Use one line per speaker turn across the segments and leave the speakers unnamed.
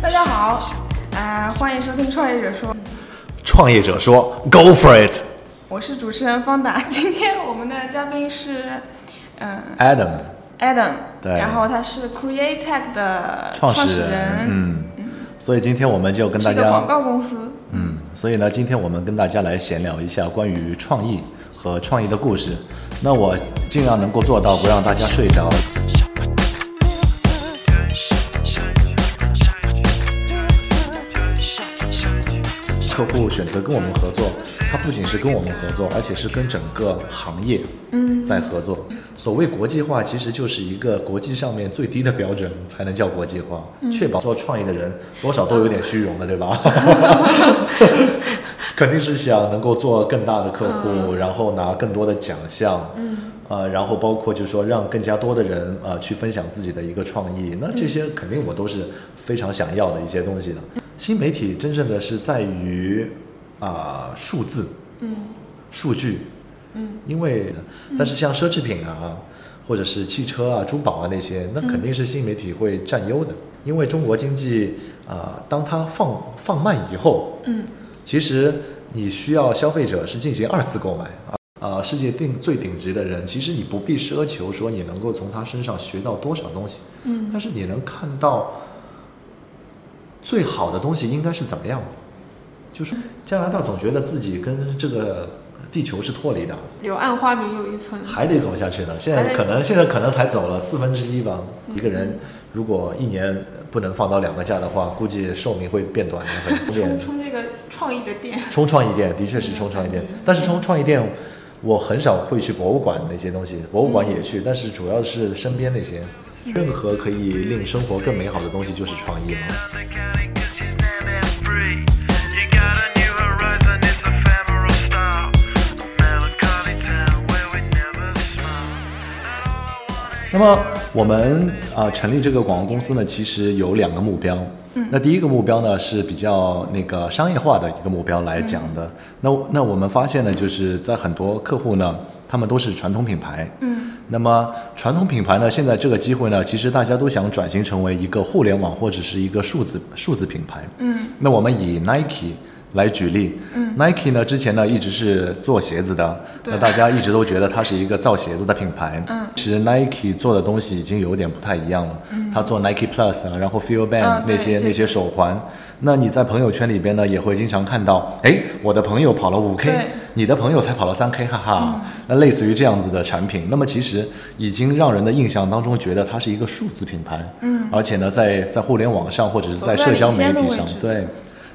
大家好，啊、欢迎收听《创业者说》，
创业者说：“Go for it,
我是主持人方达。 今天我们的嘉宾是，嗯、
Adam。
Adam，
对
然后他是 Create Tech 的”
创
始
人，嗯，所以今天我们就跟
是
大
一个广
家，
告公司。
嗯，所以呢，今天我们跟大家来闲聊一下关于创意和创意的故事。那我尽量能够做到不让大家睡着。客户选择跟我们合作，他不仅是跟我们合作，而且是跟整个行业嗯在合作。所谓国际化，其实就是一个国际上面最低的标准才能叫国际化，确保做创意的人多少都有点虚荣的，对吧？肯定是想能够做更大的客户，然后拿更多的奖项，嗯，呃，然后包括就是说让更加多的人呃去分享自己的一个创意，那这些肯定我都是非常想要的一些东西的。新媒体真正的是在于啊、数字，
嗯
数据，
嗯，
因为但是像奢侈品啊，或者是汽车啊、珠宝啊那些，那
嗯
肯定是新媒体会占优的，因为中国经济啊、当它放放慢以后，
嗯
其实你需要消费者是进行二次购买啊。啊，世界顶最顶级的人，其实你不必奢求说你能够从他身上学到多少东西，
嗯
但是你能看到最好的东西应该是怎么样子。就是加拿大总觉得自己跟这个地球是脱离的，
柳暗花明又一村。
还得走下去呢。现
还
在
得
可能现在可能才走了四分之一吧。一个人如果一年不能放到两个假的话，估计寿命会变短的很多
冲。冲这个创意的店，
冲创意店的确是冲创意店，但是冲创意店，我很少会去博物馆那些东西，博物馆也去，但是主要是身边那些，任何可以令生活更美好的东西就是创意嘛。那么我们啊、呃成立这个广告公司呢，其实有两个目标。嗯，那第一个目标呢是比较那个商业化的一个目标来讲
嗯
的。那那我们发现呢，就是在很多客户呢，他们都是传统品牌。
嗯，
那么传统品牌呢，现在这个机会呢，其实大家都想转型成为一个互联网或者是一个数字数字品牌。
嗯，
那我们以 Nike 来举例。嗯，Nike 呢之前呢一直是做鞋子的，
对
那大家一直都觉得它是一个造鞋子的品牌。
嗯，
其实 Nike 做的东西已经有点不太一样了。嗯，它做 Nike Plus 啊，然后 Feel Band、
啊对
那些
这个
那些手环，那你在朋友圈里边呢也会经常看到，哎，我的朋友跑了五 K
对。嗯
你的朋友才跑了三 K，哈哈。那类似于这样子的产品，那么其实已经让人的印象当中觉得它是一个数字品牌，嗯，而且呢，在在互联网上或者是在社交媒
走
体
在领先的
上
位置，
对。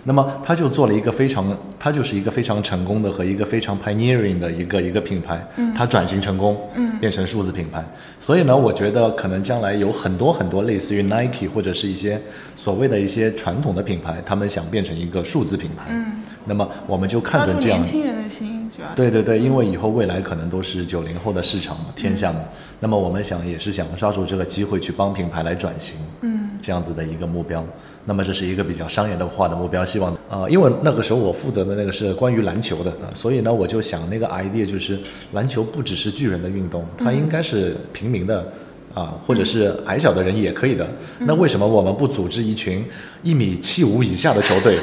那么它就做了一个非常，它就是一个非常成功的和一个非常 pioneering 的一个一个品牌，
嗯
它转型成功，变成数字品牌。所以呢，我觉得可能将来有很多很多类似于 Nike 或者是一些所谓的一些传统的品牌，他们想变成一个数字品牌。那么我们就
抓
看
住
准这样
嗯年轻人的心，主要是。
对对对，因为以后未来可能都是九零后的市场嘛，天下嘛。
嗯
那么我们想也是想抓住这个机会去帮品牌来转型，
嗯，
这样子的一个目标。那么这是一个比较商业的化的目标，希望呃，因为那个时候我负责的那个是关于篮球的，呃所以呢我就想那个 idea 就是篮球不只是巨人的运动，它应该是平民的。啊，或者是矮小的人也可以的。那为什么我们不组织一群一米七五以下的球队，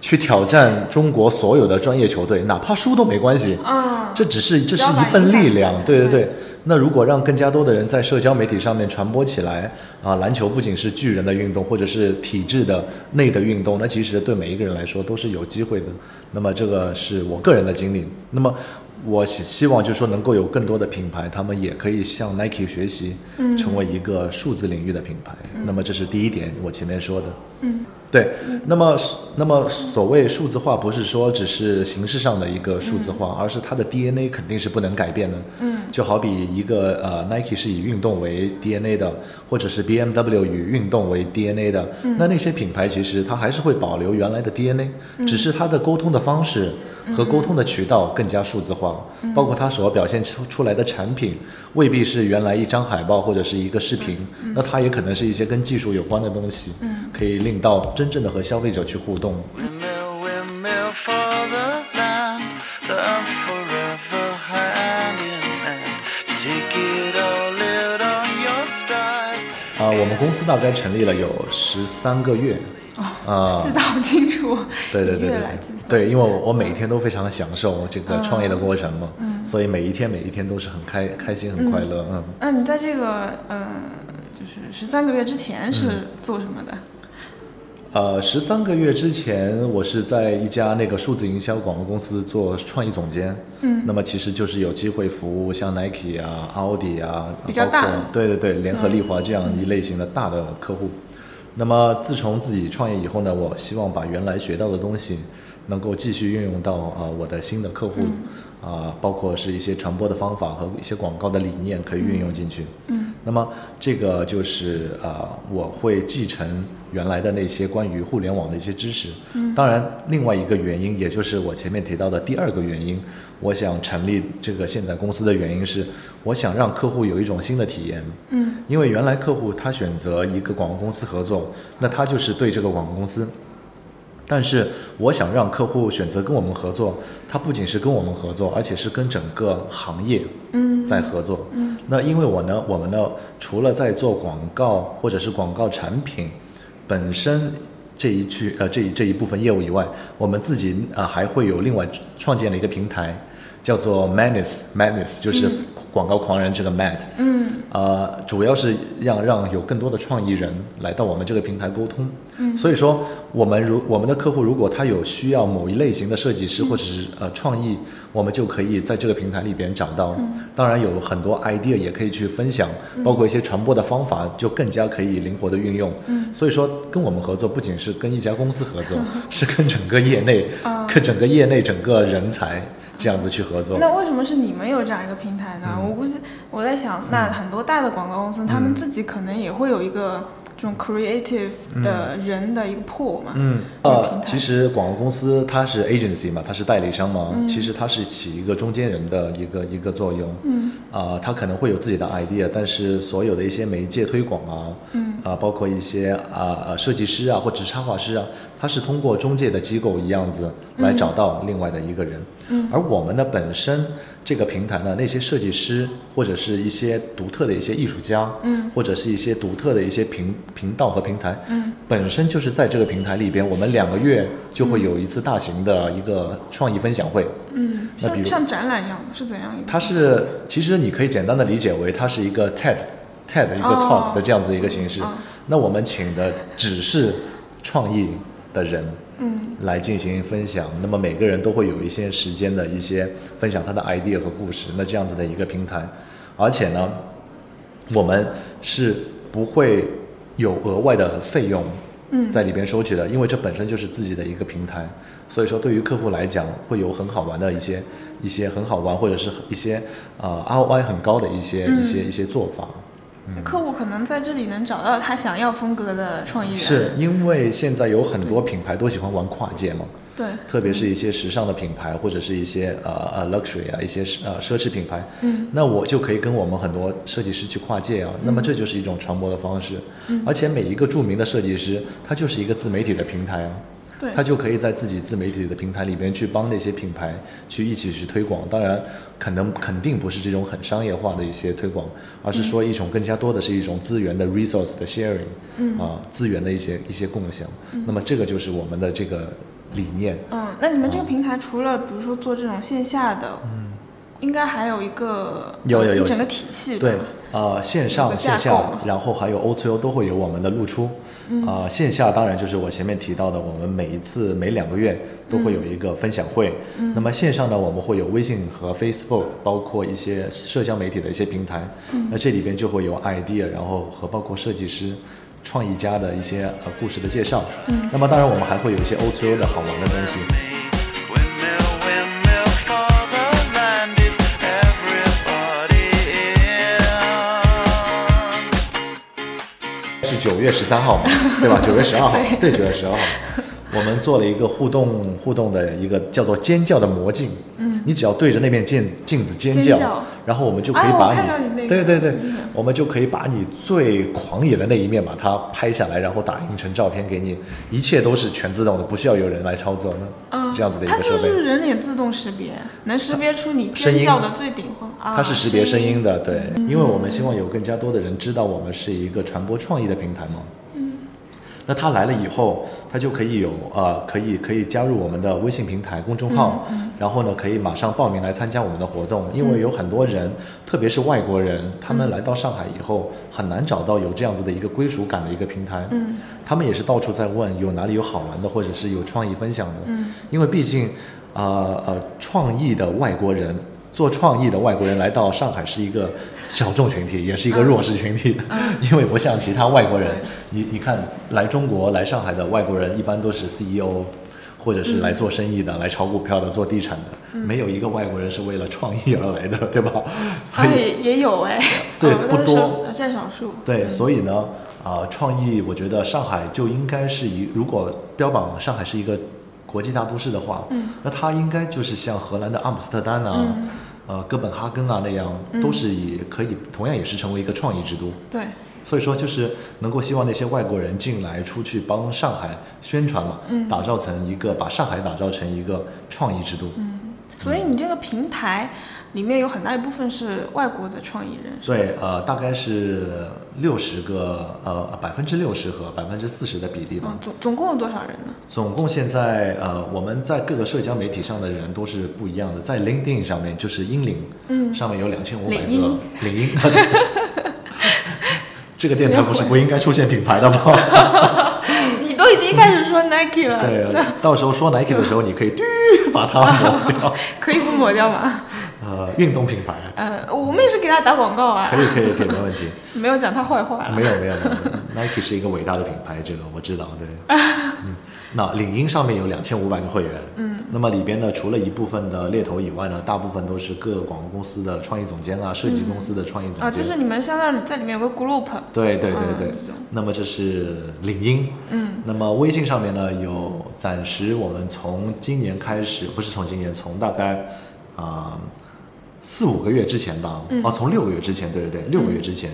去挑战中国所有的专业球队，哪怕输都没关系。
啊，
这只是
只
这是
要
一份
把影响
力
力
量，
对
对对对。那如果让更加多的人在社交媒体上面传播起来啊，篮球不仅是巨人的运动，或者是体制的内的运动，那其实对每一个人来说都是有机会的。那么这个是我个人的经历。那么我希希望就是说能够有更多的品牌，他们也可以向 Nike 学习，
嗯
成为一个数字领域的品牌。那么这是第一点，我前面说的。对，那么那么所谓数字化，不是说只是形式上的一个数字化，而是它的 DNA 肯定是不能改变的。
嗯，
就好比一个呃 Nike 是以运动为 DNA 的，或者是 BMW 以运动为 DNA 的，那那些品牌其实它还是会保留原来的 DNA，、只是它的沟通的方式和沟通的渠道更加数字化，
嗯
包括它所表现出出来的产品未必是原来一张海报或者是一个视频，
嗯
那它也可能是一些跟技术有关的东西，可以令到真正的和消费者去互动。
嗯
Windmill, windmill for the land, the earth forever hand in hand. Take it all, little young.
啊们公司大概成立了有十三个月，啊、
自道清楚，
对对对
一
对
月嗯来自扫，
对，因为我我每一天都非常享受这个创业的过程嘛，所以每一天每一天都是很开开心很快乐，嗯。
那你在这个呃，就是十三个月之前是
嗯
做什么的？
呃，十三个月之前，我是在一家那个数字营销广告公司做创意总监。嗯，那么其实就是有机会服务像 Nike 啊、奥迪啊，
比较大
包括对对对，联合利华这样一类型的大的客户。
嗯
那么自从自己创业以后呢，我希望把原来学到的东西，能够继续运用到啊、呃我的新的客户，
嗯
啊、包括是一些传播的方法和一些广告的理念可以运用进去。嗯，那么这个就是啊、我会继承原来的那些关于互联网的一些知识。嗯，当然，另外一个原因，也就是我前面提到的第二个原因，我想成立这个现在公司的原因是，我想让客户有一种新的体验。
嗯，
因为原来客户他选择一个广告公司合作，那他就是对这个广告公司。但是我想让客户选择跟我们合作，他不仅是跟我们合作，而且是跟整个行业
嗯
在合作。嗯，那因为我呢，我们呢，除了在做广告或者是广告产品本身这一区呃这一这一部分业务以外，我们自己啊、呃还会有另外创建了一个平台，叫做 Madness Madness，就是广告狂人这个 Mad。
嗯
呃，主要是让让有更多的创意人来到我们这个平台沟通。嗯，所以说我们如我们的客户如果他有需要某一类型的设计师或者是呃创意，我们就可以在这个平台里边找到。当然有很多 idea 也可以去分享，包括一些传播的方法就更加可以灵活的运用。嗯，所以说跟我们合作不仅是跟一家公司合 作，是跟整个业内、跟整个业内整个人才这样子去合作。
那为什么是你们有这样一个平台呢？
嗯
我估计我在想，那很多大的广告公司，他们自己可能也会有一个这种 creative 的人的一个 pool 嘛。
嗯，
这个
呃
平，台
其实广告公司它是 agency 嘛，它是代理商嘛，
嗯
其实它是起一个中间人的一个一个作用。嗯，啊、它可能会有自己的 idea，但是所有的一些媒介推广啊，嗯，啊、包括一些啊、呃设计师啊或者插画师啊，它是通过中介的机构一样子来
嗯
找到另外的一个人。嗯，而我们呢本身这个平台呢，那些设计师或者是一些独特的一些艺术家，嗯，或者是一些独特的一些频频道和平台，嗯，本身就是在这个平台里边，我们两个月就会有一次大型的一个创意分享会，
嗯，
那比
像
如
像展览一样是怎样一个？
它是其实你可以简单的理解为它是一个 TED TED 一个
哦
talk 的这样子的一个形式，
哦
那我们请的只是创意的人，
嗯，
来进行分享。那么每个人都会有一些时间的一些分享他的 idea 和故事，那这样子的一个平台，而且呢，我们是不会有额外的费用。
嗯
在里边收取的，因为这本身就是自己的一个平台，所以说对于客户来讲，会有很好玩的一些、一些很好玩，或者是一些呃 ROI 很高的一些、一些一些做法。嗯
客户可能在这里能找到他想要风格的创意人。
是，因为现在有很多品牌都喜欢玩跨界嘛，
对，
特别是一些时尚的品牌或者是一些呃呃 luxury 啊，一些呃奢侈品牌，嗯，那我就可以跟我们很多设计师去跨界啊，那么这就是一种传播的方式，而且每一个著名的设计师，他就是一个自媒体的平台啊。
对
他就可以在自己自媒体的平台里边去帮那些品牌去一起去推广。当然，可能肯定不是这种很商业化的一些推广，而是说一种更加多的是一种资源的 resource 的 sharing，嗯啊、资源的一些一些共享。那么这个就是我们的这个理念。
嗯，那你们这个平台除了比如说做这种线下的，嗯，应该还有一个呃
有有有
一整个体系
对
吧，
呃，线
有个
上
架
线
构嗯
下
嘛，
然后还有 O to O 都会有我们的露出。呃，线下当然就是我前面提到的，我们每一次每两个月都会有
嗯
一个分享会。那么线上呢，我们会有微信和 Facebook，包括一些社交媒体的一些平台。
嗯
那这里边就会有 idea，然后和包括设计师。创意家的一些呃故事的介绍，嗯，那么当然我们还会有一些 O to O 的好玩的东西，
Windmill, windmill for the landed, everybody in.
是九月十三号嘛， 对吧？九月十二号，对，九月十二号，我们做了一个互动互动的一个叫做“尖叫的魔镜”。嗯，你只要对着那面镜子镜子尖
尖
叫，
叫
然后我们就可以
啊
把
我
你，
看到你那个
对对对，
嗯
我们就可以把你最狂野的那一面把它拍下来，然后打印成照片给你，一切都是全自动的，不需要有人来操作的，
嗯，
这样子的一
它
个设
就
备。
是人脸自动识别，能识别出你
声音
尖叫的最顶峰啊。
它是嗯识别声音
的。
的，对，因为我们希望有更加多的人知道我们是一个传播创意的平台嘛。嗯。那他来了以后，他就可以有呃，可以可以加入我们的微信平台公众号，然后呢，可以马上报名来参加我们的活动。因为有很多人，特别是外国人，他们来到上海以后，很难找到有这样子的一个归属感的一个平台。嗯，他们也是到处在问有哪里有好玩的，或者是有创意分享的。嗯，因为毕竟，呃呃，创意的外国人做创意的外国人来到上海是一个小众群体，也是一个弱势群体， 因为不像其他外国人，你你看来中国来上海的外国人一般都是 CEO，或者是来做生意的、
嗯
来炒股票的、做地产的，没有一个外国人是为了创意而来的，对吧？所
啊，
以、
也也有哎，
对
哦
不
但是少
多
占少数。
对，所以呢，啊、创意，我觉得上海就应该是一，如果标榜上海是一个国际大都市的话，
嗯
那它应该就是像荷兰的阿姆斯特丹啊，
嗯
呃，哥本哈根啊那样，都是以可以同样也是成为一个创意之都。
对，
所以说，就是能够希望那些外国人进来出去帮上海宣传嘛，
嗯
打造成一个把上海打造成一个创意之都。
嗯所以你这个平台里面有很大一部分是外国的创意人士。
对，呃，大概是呃六十个，呃，百分之六十和百分之四十的比例吧。
嗯，总总共有多少人呢？
总共现在呃，我们在各个社交媒体上的人都是不一样的，在 LinkedIn 上面就是英灵，
嗯
上面有两千五百个
领英
领 英。 这个电台不是不应该出现品牌的吗？
你都已经开始说 Nike 了，
对，啊到时候说 Nike 的时候，你可以 嘟把它抹掉。
可以不抹掉吗？
呃，运 动品牌，
呃，我们也是给他打广告啊
可，以可以可以，没问题。
没有讲他坏话了。
没有没有没有，Nike 是一个伟大的品牌，这个我知道， 对。嗯，那领英上面有两千五百个会员，嗯，那么里边呢，除了一部分的猎头以外呢，大部分都是各广告公司的创意总监啊，设计公司的创意总监，
啊，就是你们相当于在里面有个 group，
对对对
嗯
对，
这种
那么这是领英。嗯，那么微信上面呢，有暂时我们从今年开始，不是从今年，从大概啊四五个月之前吧，
嗯
哦，从六个月之前，对对对，六个月之前。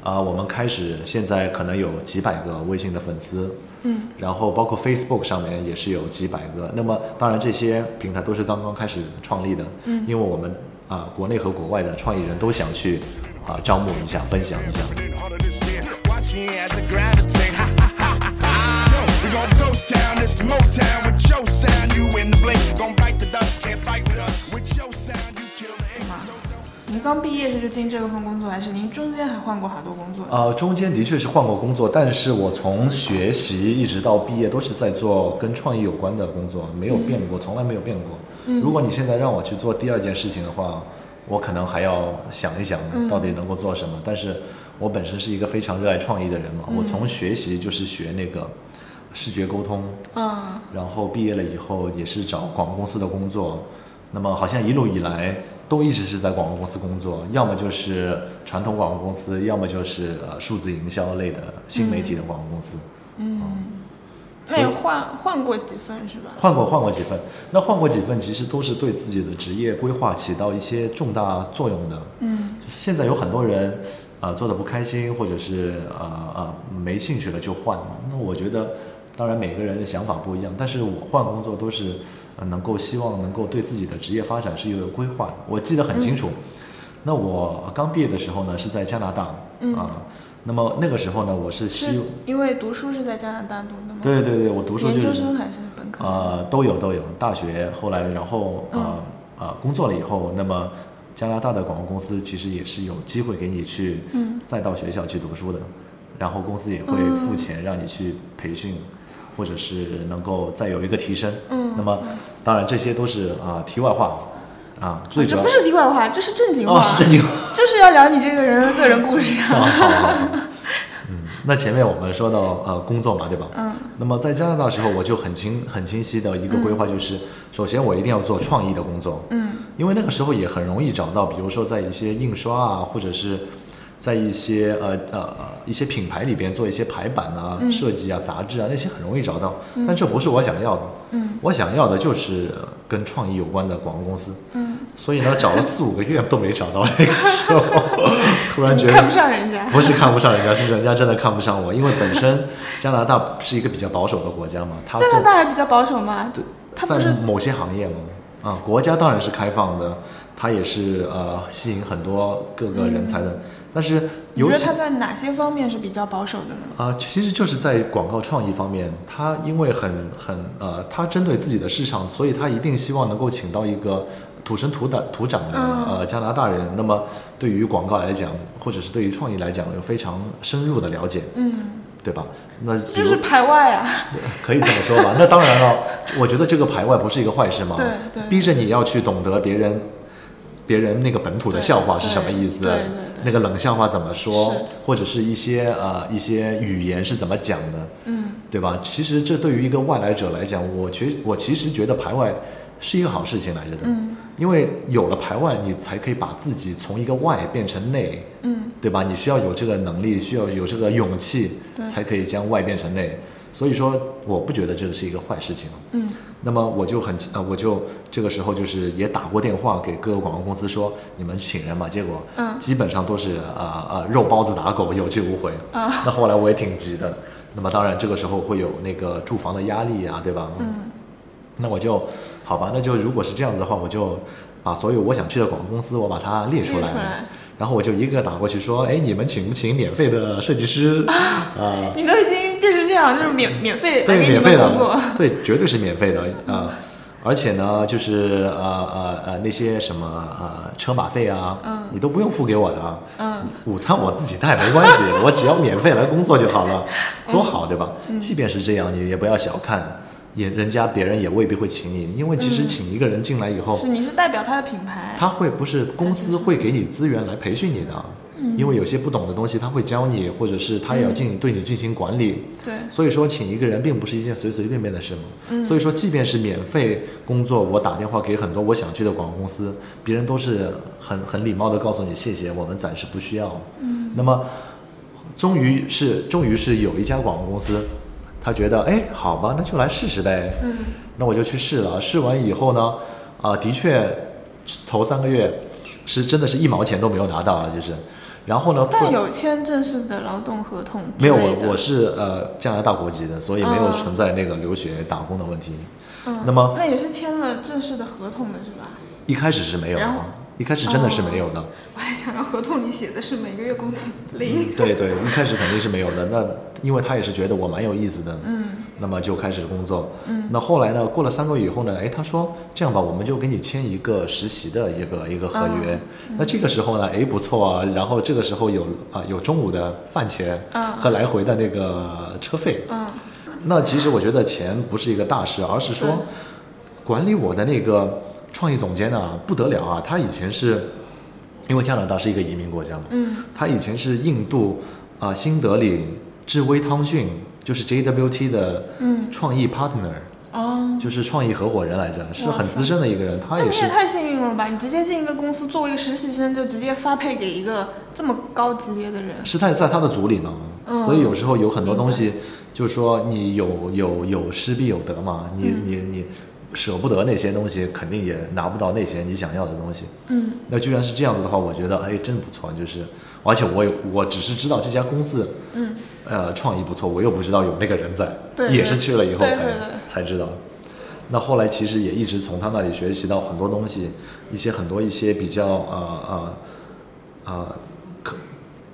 啊、我们开始，现在可能有几百个微信的粉丝，
嗯，
然后包括 Facebook 上面也是有几百个。那么当然这些平台都是刚刚开始创立的，嗯，因为我们啊、国内和国外的创意人都想去啊、招募一下，分享一下。
All of this here, watch me as I gravitate. Ha ha ha ha ha. We gon' ghost town, this Motown with your sound. You in the blink, gon' bite the dust, can't fight with us. With your sound, you kill the ink. So don't.
您刚毕业时就进这份工作，还是您中间还换过好多工作？
呃，中间的确是换过工作，但是我从学习一直到毕业都是在做跟创意有关的工作，没有变过，从来没有变过。如果你现在让我去做第二件事情的话，我可能还要想一想到底能够做什么。但是我本身是一个非常热爱创意的人嘛，我从学习就是学那个视觉沟通，
嗯，
然后毕业了以后也是找广告公司的工作，那么好像一路以来都一直是在广告公司工作，要么就是传统广告公司，要么就是呃数字营销类的新媒体的广告公司。
那也换换过几份是吧？
换过换过几份，那换过几份其实都是对自己的职业规划起到一些重大作用的。嗯，就是现在有很多人啊、呃做的不开心，或者是呃呃没兴趣了就换了。那我觉得，当然每个人的想法不一样，但是我换工作都是、呃、能够希望能够对自己的职业发展是有规划的。我记得很清
嗯
楚。那我刚毕业的时候呢，是在加拿大啊、那么那个时候呢，我是希
嗯是因为读书是在加拿大读的吗？
对对对，我读书就
研
是
究生还是本科生？
呃，都有都有，大学后来然后呃
嗯
呃工作了以后，那么加拿大的广告公司其实也是有机会给你去
嗯
再到学校去读书的，然后公司也会付钱让你去培训。或者是能够再有一个提升，嗯，那么当然这些都是啊、题外话，啊，最
啊
主
这
要
不是题外话，这是正经话，
哦是正经话，
就是要聊你这个人的个人故事 啊。
啊，好好好嗯，那前面我们说到呃工作嘛，对吧？嗯。那么在加拿大的时候，我就很清很清晰的一个规划就是，首先我一定要做创意的工作。嗯。因为那个时候也很容易找到，比如说在一些印刷啊，或者是在一些呃呃呃一些品牌里边做一些排版啊、设计啊、杂志啊那些很容易找到，但这不是我想要的。嗯，我想要的就是跟创意有关的广告公司。嗯，所以呢，找了四五个月都没找到那个时 候，突然觉得
看不上人家。
不是看不上人家，是人家真的看不上我，因为本身加拿大是一个比较保守的国家嘛，他
加拿大还比较保守吗？他不
在
是
某些行业嘛，啊，国家当然是开放的，它也是呃吸引很多各个人才的，但是
嗯你觉
尤
得
其
他在哪些方面是比较保守的呢？
啊、其实就是在广告创意方面，他因为很很呃，他针对自己的市场，所以他一定希望能够请到一个土生土长土长的、
嗯
呃加拿大人。那么对于广告来讲，或者是对于创意来讲，有非常深入的了解，
嗯，
对吧？那比
就
如
是排外啊。
可以这么说吧。那当然了，我觉得这个排外不是一个坏事嘛，
对对
逼着你要去懂得别人。别人那个本土的笑话
对
是什么意思
对对对？
那个冷笑话怎么说
是？
或者是一些呃一些语言是怎么讲的？
嗯，
对吧？其实这对于一个外来者来讲，我其实我其实觉得排外是一个好事情来着的，
嗯
因为有了排外，你才可以把自己从一个外变成内，
嗯，
对吧？你需要有这个能力，需要有这个勇气，
对
才可以将外变成内。所以说，我不觉得这是一个坏事情。
嗯，
那么我就很呃，我就这个时候就是也打过电话给各个广告公司说，你们请人嘛，结果
嗯
基本上都是呃呃肉包子打狗，有去无回。
嗯
那后来我也挺急的，那么当然这个时候会有那个住房的压力啊，对吧？嗯，那我就好吧，那就如果是这样子的话，我就把所有我想去的广告公司我把它列出
列
来，
出来
然后我就一个个打过去说，哎，你们请不请免费的设 计师啊？
你都已经变成这样，就是免免费来
对，
给你
免
们
费的
工作。，
对，绝对是免费的啊、呃而且呢，就是呃呃呃那些什么呃车马费啊，你都不用付给我的啊，
嗯，
午餐我自己带没关系，我只要免费来工作就好了，
嗯
多好对吧？即便是这样，你也不要小看，也人家别人也未必会请你，因为其实请一个人进来以后，
嗯是你是代表他的品牌。
他会不是公司会给你资源来培训你的，
嗯
因为有些不懂的东西他会教你，或者是他也要进、对你进行管理。
对嗯
所以说请一个人并不是一件随随便便的事嘛。所以说，即便是免费工作，我打电话给很多我想去的广告公司，别人都是很很礼貌的告诉你谢谢，我们暂时不需要。嗯，那么终于是终于是有一家广告公司，他觉得哎好吧，那就来试试呗。嗯，那我就去试了，试完以后呢，啊、的确头三个月是真的是一毛钱都没有拿到啊，就是。然后呢？突
但
然
有签正式的劳动合同之
没有，
类的
我我是呃加拿大国籍的，所以没有
哦
存在那个留学打工的问题。
嗯
那么
那也是签了正式的合同的是吧？
一开始是没有的
然后，哦
一开始真的是没有的。
我还想要合同里写的是每个月工资
嗯
零。
对对，一开始肯定是没有的。那因为他也是觉得我蛮有意思的，嗯，那么就开始工作。嗯，那后来呢？过了三个月以后呢？哎，他说这样吧，我们就给你签一个实习的一个一个合约。
嗯
那这个时候呢，哎，不错啊。然后这个时候有啊、有中午的饭钱
嗯
和来回的那个车费。
嗯，
那其实我觉得钱不是一个大事，而是说
对
管理我的那个创意总监呢、不得了啊，他以前是因为加拿大是一个移民国家嘛，
嗯，
他以前是印度啊、新德里智威汤逊就是 JWT 的
嗯
创意 partner，、
哦，
就是创意合伙人来着，是很资深的一个人，他
那
也
你
是
也太幸运了吧！你直接进一个公司作为一个实习生，就直接发配给一个这么高级别的人。
是他在他的组里嘛，
嗯
所以有时候有很多东西，就是说你有有有失必有得嘛，你、
嗯
你你舍不得那些东西，肯定也拿不到那些你想要的东西。
嗯，
那居然是这样子的话，我觉得哎，真不错，就是，而且我也我只是知道这家公司，嗯，呃，创意不错，我又不知道有那个人在，
对
也是去了以后
对
才
对对
才知道。那后来其实也一直从他那里学习到很多东西，一些很多一些比较呃呃呃可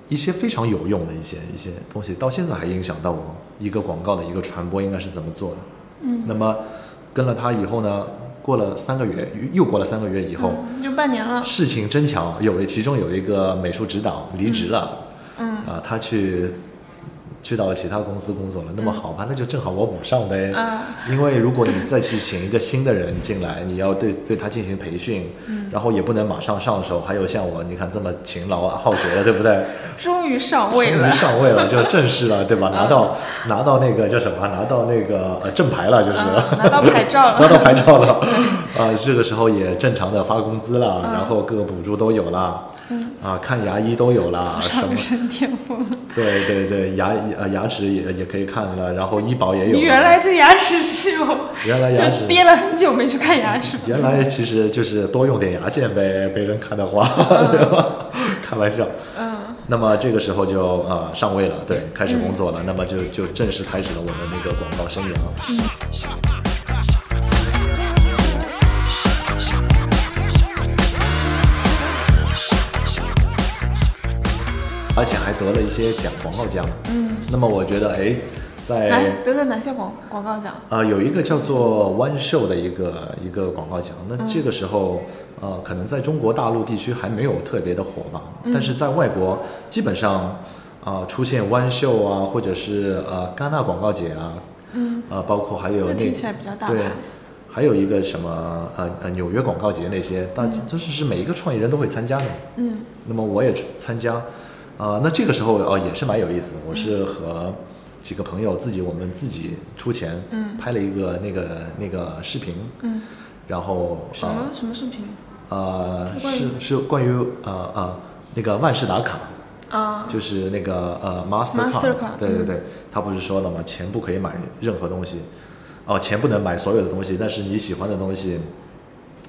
一些非常有用的一些一些东西，到现在还影响到我一个广告的一个传播应该是怎么做的。嗯，那么跟了他以后呢，过了三个月，又过了三个月以后。
嗯，就半年了。
事情真巧，有其中有一个美术指导离职了，
嗯
啊，他去去到了其他公司工作了。那么好吧，那就正好我补上呗。
啊
因为如果你再去请一个新的人进来，你要对对他进行培训，
嗯
然后也不能马上上手。还有像我，你看这么勤劳啊好学的，对不对？
终于上位
终
了嗯
于。上位了，就正式了，对吧？拿到拿到那个叫什么？拿到那个呃正牌了，就是、
嗯拿到牌照了
拿到牌照
嗯
了。啊、这个时候也正常的发工资了，然后各个补助都有了。啊、啊，看牙医都有啦，什
上
么？
升巅峰。
对对对，牙呃牙齿也也可以看了，然后医保也有了。
你原来这牙齿是有，
原来牙齿
就憋了很久没去看牙齿。
原来其实就是多用点牙线呗，没人看的话，对吧？ 开玩笑。嗯。那么这个时候就呃上位了，对，开始工作了，那么就就正式开始了我们那个广告啊生涯。而且还得了一些奖，广告奖。嗯。那么我觉得，哎，在
哎，得了哪些广广告奖？
啊，有一个叫做 One Show 的一个一个广告奖，那
嗯
这个时候、呃，可能在中国大陆地区还没有特别的火吧，
嗯
但是在外国基本上啊、出现 One Show 啊，或者是呃戛纳广告节啊，嗯，呃，包括还有
这
那
听起来比较大
对
牌，
还有一个什么呃呃纽约广告节那些，大就是是每一个创意人都会参加的，
嗯，
那么我也参加，呃，那这个时候呃也是蛮有意思的。我是
嗯
和几个朋友自己我们自己出钱，
嗯
拍了一个那个那个视频，
嗯，
然后
什么、什么视频？
呃呃
是嗯关于
是是关于呃呃那个万事达卡，
啊，
就是那个呃 Mastercard，,
Mastercard，嗯
对对对，他不是说了吗？钱不可以买任何东西，哦，钱不能买所有的东西，但是你喜欢的东西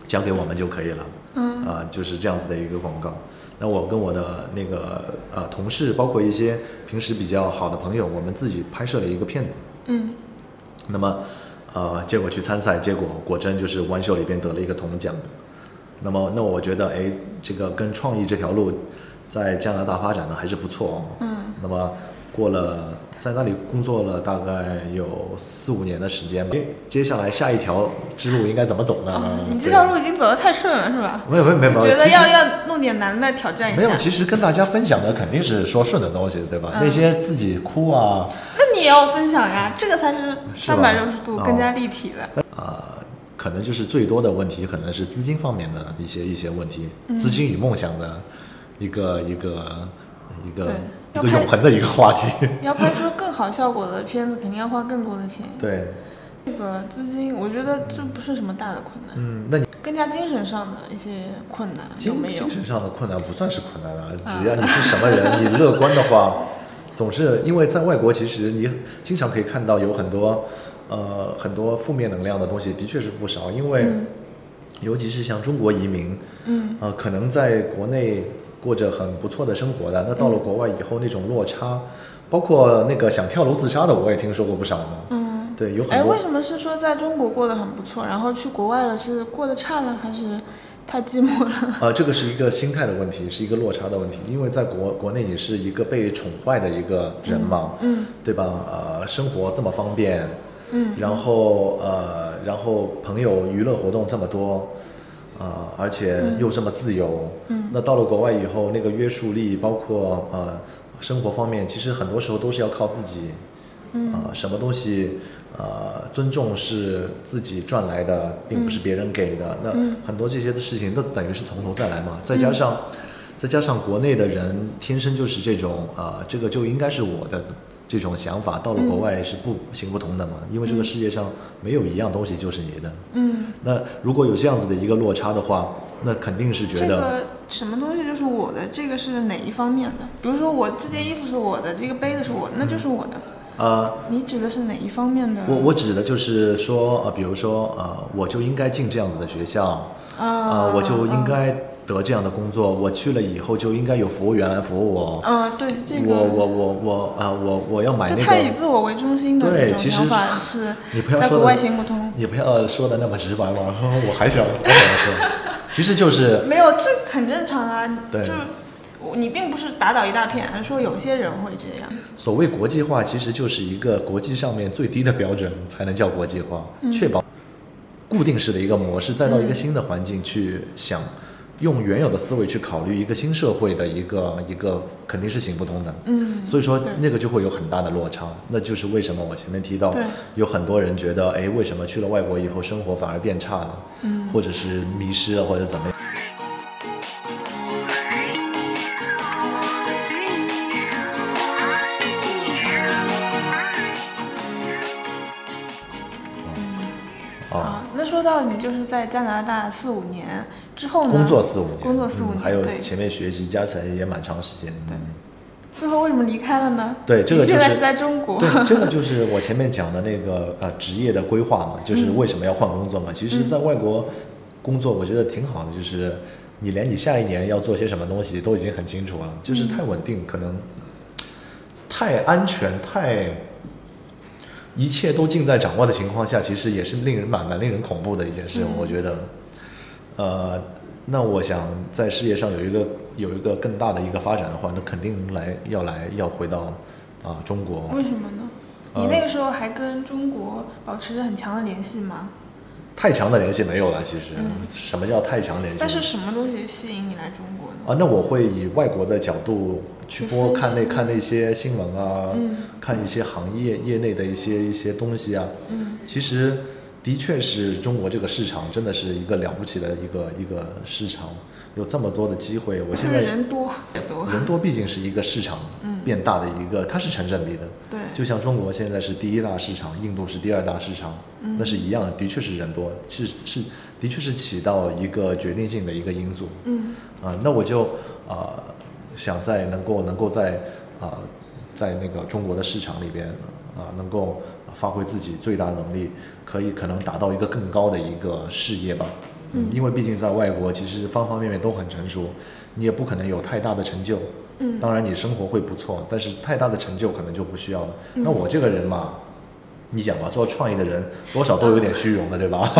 交给我们就可以了。嗯，啊、就是这样子的一个广告。那我跟我的那个呃同事，包括一些平时比较好的朋友，我们自己拍摄了一个片子。
嗯
那么，呃，结果去参赛，结果果真就是《弯秀》里边得了一个铜奖。那么，那我觉得，哎，这个跟创意这条路在加拿大发展的还是不错哦。
嗯。
那么过了在那里工作了大概有四五年的时间吧，接接下来下一条之路应该怎么走呢？
哦你这
嗯对
条路已经走得太顺了，是吧？
没有没有没有，
觉得
其实
要要弄点难的挑战一下。
没有，其实跟大家分享的肯定是说顺的东西，对吧？
嗯
那些自己哭啊。
那你也要分享呀，这个才是
是吧
三百六十度
哦
更加立体的。
啊，可能就是最多的问题，可能是资金方面的一些一些问题，
嗯
资金与梦想的一个一个一个一
对
个
要拍
永恒的一个话题。
你要拍出更好效果的片子，肯定要花更多的钱。
对，
这个资金，我觉得这不是什么大的困难，
嗯，那你
更加精神上的一些困难有
精
没有
精？神上的困难不算是困难啊，只要你是什么 人，你乐观的话，总是因为在外国，其实你经常可以看到有很多呃很多负面能量的东西，的确是不少，因为、尤其是像中国移民，
嗯，
呃，可能在国内过着很不错的生活的，那到了国外以后那种落差，包括那个想跳楼自杀的，我也听说过不少呢。
嗯，
对，有很
哎，
多。
为什么是说在中国过得很不错，然后去国外了是过得差了，还是太寂寞了？
呃，这个是一个心态的问题，是一个落差的问题，因为在国国内你是一个被宠坏的一个人嘛，
嗯嗯
对吧？呃，生活这么方便，
嗯，
然后呃，然后朋友娱乐活动这么多，呃，而且又这么自由，嗯，那到了国外以后，那个约束力，包括呃生活方面，其实很多时候都是要靠自己，嗯、什么东西。呃，尊重是自己赚来的，并不是别人给的。那很多这些的事情，那等于是从头再来嘛。再加上，再加上国内的人天生就是这种，呃，这个就应该是我的这种想法，到了国外是不行不通的嘛。因为这个世界上没有一样东西就是你的。
嗯，
那如果有这样子的一个落差的话，那肯定是觉
这
得，
个什么东西就是我的，这个是哪一方面的？比如说我这件衣服是我的，这个杯子是我的，那就是我的。
呃，
你指的是哪一方面的？
我我指的就是说，呃，比如说，呃，我就应该进这样子的学校，啊，我就应该得这样的工作，我去了以后就应该有服务员来服务我，
啊，对这个，
我我我我啊、我我要买
就
那
太以
个。
自我为中心的这
对
种
其实
想法是
你不要
在
说
国
的
外行不通。
你不要说的那么直白嘛，我 还想我还想说，其实就是
没有，这很正常啊。
对
就是我你并不是打倒一大片，而是说有些人会这样。
所谓国际化，其实就是一个国际上面最低的标准才能叫国际化，
嗯
确保固定式的一个模式，再到一个新的环境去想，用原有的思维去考虑一个新社会的一个一个，肯定是行不通的。
嗯
所以说
对
那个就会有很大的落差，那就是为什么我前面提到
对，
有很多人觉得，哎，为什么去了外国以后生活反而变差了，嗯、或者是迷失了，或者怎么样？哦
啊啊，那说到你就是在加拿大四五年之之后呢？
工作四五年，
工作四五
嗯
年，
还有
对。
前面学习加起来也蛮长时间的。
对
嗯
最后为什么离开了呢？
对这个
你现
就
在
是
是在中国，
对，这个就是我前面讲的那个呃职业的规划嘛，就是为什么要换工作嘛。其实，在外国工作，我觉得挺好的，就是你连你下一年要做些什么东西都已经很清楚了，就是太稳定，可能太安全，太一切都尽在掌握的情况下，其实也是令人蛮蛮令人恐怖的一件事，我觉得。呃，那我想在事业上有一个有一个更大的一个发展的话，那肯定来要来要回到啊、中国。
为什么呢？
嗯
你那个时候还跟中国保持着很强的联系吗？
太强的联系没有了，其实、什么叫太强联系？
嗯但是什么东西吸引你来中国呢？
啊，那我会以外国的角度去
去分
播看那
析嗯
看那些新闻啊，看一些行业业内的一些一些东西啊。嗯，其实的确是中国这个市场真的是一个了不起的一个一个市场，有这么多的机会。我
就
现
是
在
人多，人多，嗯
人多毕竟是一个市场变大的一个，它是成正比的。
对
就像中国现在是第一大市场，印度是第二大市场，
嗯
那是一样的，的确是人多，是是的确是起到一个决定性的一个因素。
嗯，
啊、那我就啊、呃想在能够能够在啊、在那个中国的市场里边啊、能够发挥自己最大能力，可以可能达到一个更高的一个事业吧。嗯，因为毕竟在外国，其实方方面面都很成熟，你也不可能有太大的成就。嗯，当然你生活会不错，但是太大的成就可能就不需要了。那我这个人嘛，你想吧，做创意的人多少都有点虚荣的，对 吧？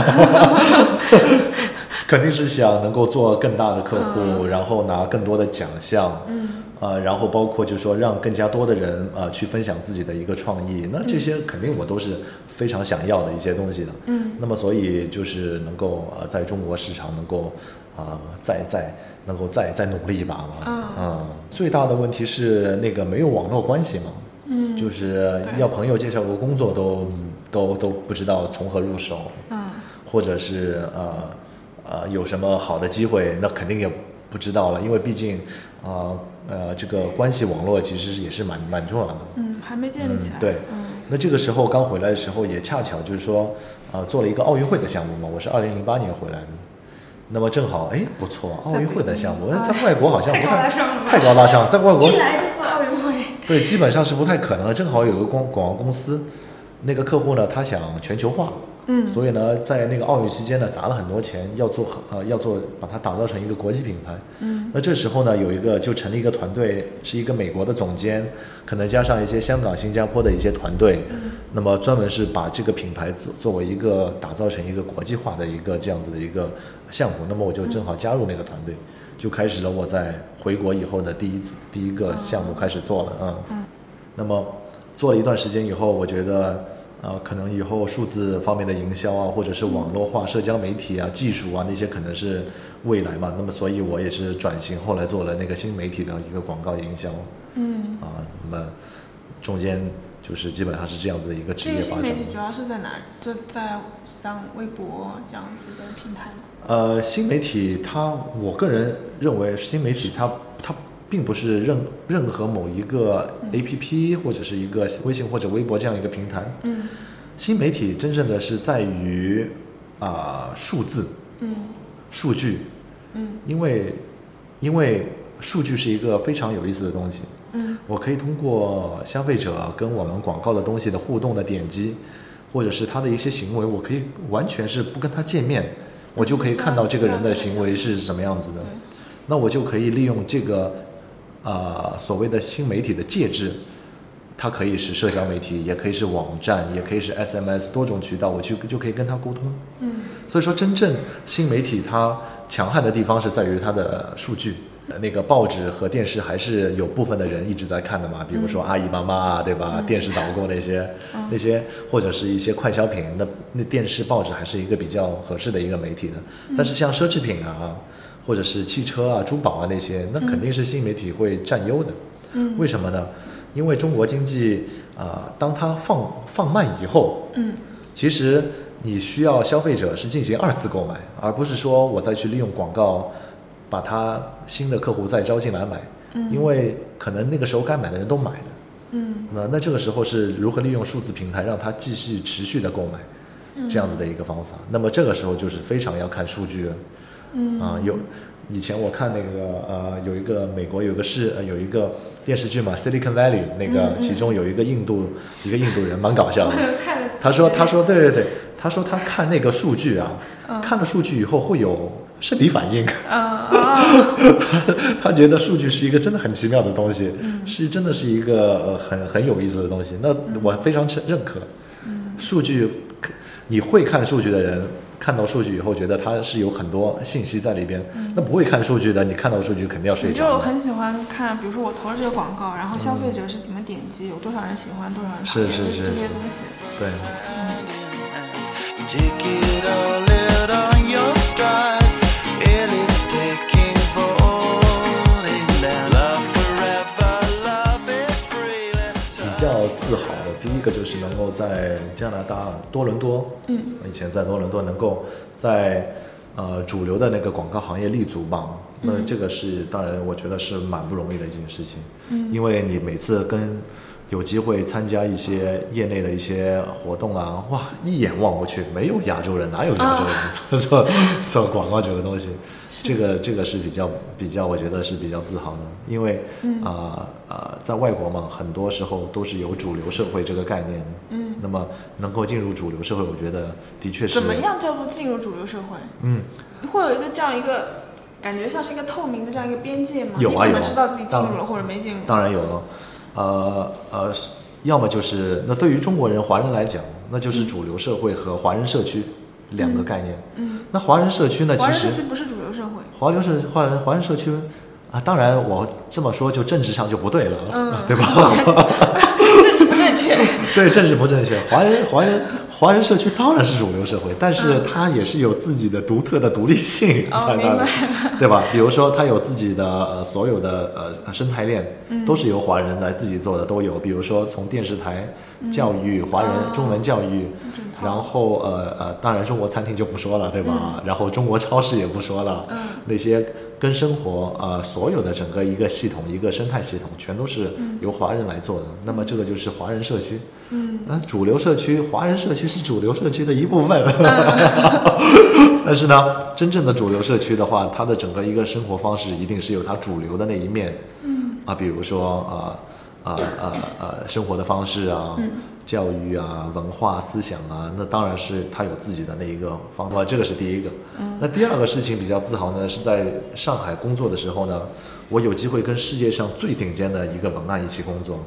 肯定是想能够做更大的客户，然后拿更多的奖项，嗯，呃，然后包括就是说让更加多的人呃去分享自己的一个创意，那这些肯定我都是非常想要的一些东西的，嗯，那么所以就是能够呃在中国市场能够啊、再再能够再再努力一把嘛，嗯、最大的问题是那个没有网络关系嘛，嗯，就是要朋友介绍个工作都都都不知道从何入手，
嗯，
或者是呃呃有什么好的机会，那肯定也不知道了，因为毕竟呃呃这个关系网络其实也是蛮蛮重要的。
嗯，还没建立起来，
对
嗯，
那这个时候刚回来的时候也恰巧就是说呃做了一个奥运会的项目嘛，我是二零零八年回来的。那么正好，哎，不错，奥运会的项目，在外国好像不
太高大
太
上了
太高大上，在外国
一来就做奥运会，
对，基本上是不太可能的。正好有个广广告公司，那个客户呢，他想全球化，嗯，所以呢，在那个奥运期间呢，砸了很多钱，要做呃要做把它打造成一个国际品牌，嗯，那这时候呢，有一个就成立一个团队，是一个美国的总监，可能加上一些香港、新加坡的一些团队，那么专门是把这个品牌作作为一个打造成一个国际化的一个这样子的一个项目，那么我就正好加入那个团队。就开始了我在回国以后的第一次第一
哦
个项目开始做了，嗯，那么做了一段时间以后，我觉得呃，可能以后数字方面的营销啊，或者是网络化、社交媒体啊、技术啊那些，可能是未来嘛。那么，所以我也是转型，后来做了那个新媒体的一个广告营销。嗯。啊，那么中间就是基本上是这样子的一个职
这
业
个
发
新
展
媒。体主要是在哪里？就在像微博这样子的平台吗？
呃，新媒体它，我个人认为新媒体它它并不是任任何某一个 A P P 或者是一个微信或者微博这样一个平台。嗯，新媒体真正的是在于啊、数字，嗯，数据，嗯，因为因为数据是一个非常有意思的东西。嗯，我可以通过消费者跟我们广告的东西的互动的点击，或者是他的一些行为，我可以完全是不跟他见面，我就可以看到这个人的行为是什么样子的。那我就可以利用这个呃所谓的新媒体的介质，它可以是社交媒体，也可以是网站，也可以是 SMS 多种渠道，我去就可以跟他沟通。嗯，所以说真正新媒体它强悍的地方是在于它的数据。呃那个报纸和电视还是有部分的人一直在看的嘛，比如说阿姨妈妈啊，对吧？电视导购那些、那些，或者是一些快消品，那那电视报纸还是一个比较合适的一个媒体的。但是像奢侈品啊，或者是汽车啊、珠宝啊那些，那肯定是新媒体会占优的。嗯，为什么呢？因为中国经济啊、呃当它放放慢以后，嗯，其实你需要消费者是进行二次购买，而不是说我再去利用广告把它新的客户再招进来买，嗯、因为可能那个时候该买的人都买了。嗯，那那这个时候是如何利用数字平台让它继续嗯持续的购买，这样子的一个方法。那么这个时候就是非常要看数据了。嗯，啊、有以前我看那个呃，有一个美国有个是、呃、有一个电视剧嘛，《Silicon Valley》那个，其中有一个印度一个印度人蛮搞笑的，
看了
嗯他说：“他说对对对，他说他看那个数据啊，
嗯
看了数据以后会有生理反应。
啊啊，
他他觉得数据是一个真的很奇妙的东西，
嗯
是真的是一个呃很很有意思的东西。那我非常承认可。
嗯
数据，你会看数据的人看到数据以后，觉得它是有很多信息在里边。那不会看数据的，你看到数据肯定要
嗯
睡
你知道
着
我
的。
很喜欢看，比如说我投了这个广告，然后消费者是怎么点击，有多少人喜欢，多少人讨厌
嗯是是是
这些
是
东西。
对，
Take it all out on your stride. It is taking for holding that love forever. Love is free. Let's
比较自豪的第一个就是能够在加拿大多伦多，嗯，以前在多伦多能够在呃主流的那个广告行业立足吧。那这个是当然，我觉得是蛮不容易的一件事情，嗯，因为你每次跟有机会参加一些业内的一些活动啊，哇，一眼望过去没有亚洲人，哪有亚洲人、 做做做广告这个东西？这个这个是比较比较，我觉得是比较自豪的，因为
嗯
啊啊、呃在外国嘛，很多时候都是有主流社会这个概念，嗯，那么能够进入主流社会，我觉得的确是
怎么样叫做进入主流社会？
嗯，
会有一个这样一个感觉，像是一个透明的这样一个边界吗？
有啊
你怎么
有啊
知道自己进入
当
了
然
或者没进入？
当然有了，呃呃，要么就是那对于中国人华人来讲，那就是
嗯
主流社会和华人社区两个概念。嗯，那华人社区呢，
华
其
人
实
社区不是主流社会，
华流社华人华人社区啊，当然我这么说就政治上就不对了，啊
嗯
对吧？
政治不正确。
对，政治不正确。华人华人华人社区当然是主流社会，但是它也是有自己的独特的独立性
嗯哦
在那
明
里，
白
对吧？比如说，它有自己的呃所有的呃生态链，都是由华人来自己做的，都有。比如说从电视台、教育、华人、中文教育，然后呃呃，当然中国餐厅就不说了，对吧？然后中国超市也不说了，那些跟生活呃所有的整个一个系统、一个生态系统，全都是由华人来做的。那么这个就是华人社区，嗯，那主流社区，华人社区是主流社区的一部分。 但是呢，真正的主流社区的话，它的整个一个生活方式一定是有它主流的那一面。嗯啊，比如说啊啊啊啊，生活的方式啊，教育啊，文化思想啊，那当然是它有自己的那一个方法，这个是第一个。那第二个事情比较自豪呢，是在上海工作的时候呢，我有机会跟世界上最顶尖的一个文案一起工作。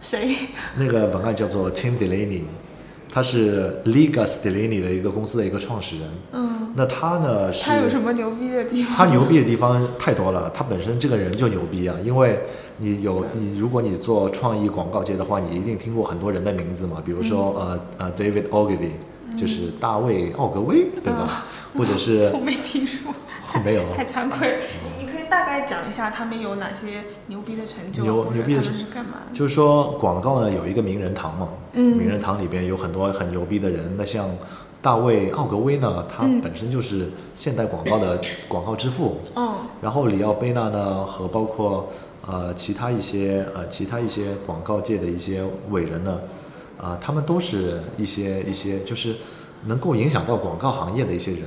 谁？
那个文案叫做 Tim Delaney，他是 Ligas Delaney 的一个公司的一个创始人。嗯，那他呢是
他有什么牛逼的地方？
他牛逼的地方太多了，他本身这个人就牛逼啊！因为你有你，如果你做创意广告界的话，你一定听过很多人的名字嘛，比如
嗯
说、呃呃 David Ogilvy，、就是大卫奥格威，
啊
对吧？或者是
我没听说，
没有
太惭愧了。你可以大概讲一下他们有哪些牛逼的成就，
牛
或者
牛逼的
他们
成
是干嘛的？
就是说广告呢有一个名人堂嘛，
嗯
名人堂里边有很多很牛逼的人，那像大卫奥格威呢，他本身就是现代广告的广告之父，
嗯，
然后里奥贝纳呢和包括呃其他一些呃其他一些广告界的一些伟人呢，啊、他们都是一些一些就是能够影响到广告行业的一些人。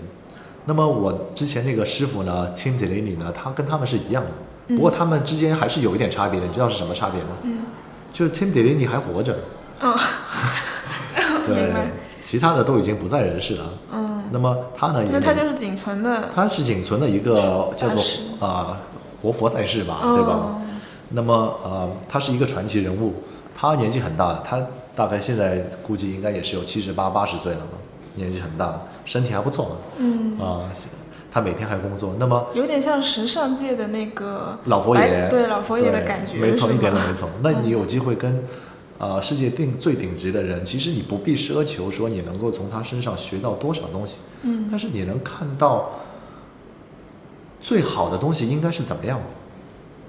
那么我之前那个师傅呢，Tim Delaney 呢，他跟他们是一样的，
嗯
不过他们之间还是有一点差别的，你知道是什么差别吗？嗯，就是 Tim Delaney 还活着。
哦，
对
明白，
其他的都已经不在人世了。嗯，那么他呢？也
那他
能
就是仅存的
它是仅存的一个叫做
大师
啊、活佛在世吧，
哦
对吧？那么呃，他是一个传奇人物，他年纪很大了，他大概现在估计应该也是有七十八、八十岁了吧，年纪很大了，身体还不错。嗯啊、他每天还工作，那么。
有点像时尚界的那个
老佛爷
白，对老佛爷的感觉，
对没错，
是
一
吗
点都 没错。那你有机会跟呃世界顶最顶级的人，其实你不必奢求说你能够从他身上学到多少东西，嗯，但是你能看到最好的东西应该是怎么样子，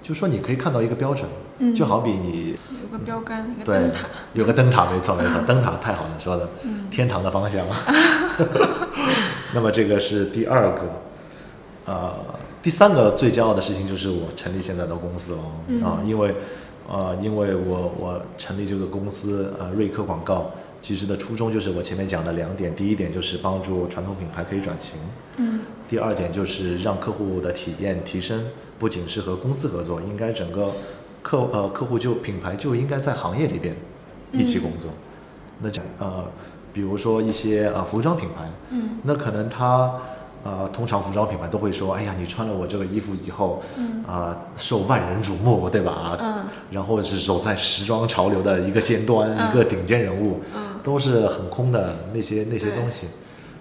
就说你可以看到一个标准，嗯，就好比你
有个标杆，一个
对
灯塔。，
有个灯塔，没错没错，灯塔太好了，说的，天堂的 方向。那么这个是第二个，呃，第三个最骄傲的事情就是我成立现在的公司了、
嗯
啊，因为呃，因为我我成立这个公司呃瑞科广告，其实的初衷就是我前面讲的两点，第一点就是帮助传统品牌可以转型，嗯，第二点就是让客户的体验提升，不仅是和公司合作，应该整个客呃客户就品牌就应该在行业里边一起工作。那讲呃，比如说一些呃服装品牌，嗯，那可能它呃通常服装品牌都会说，哎呀，你穿了我这个衣服以后，嗯，啊、受万人瞩目，对吧？嗯，然后是走在时装潮流的一个尖端，一个顶尖人物，嗯，都是很空的那些那些
对
东西。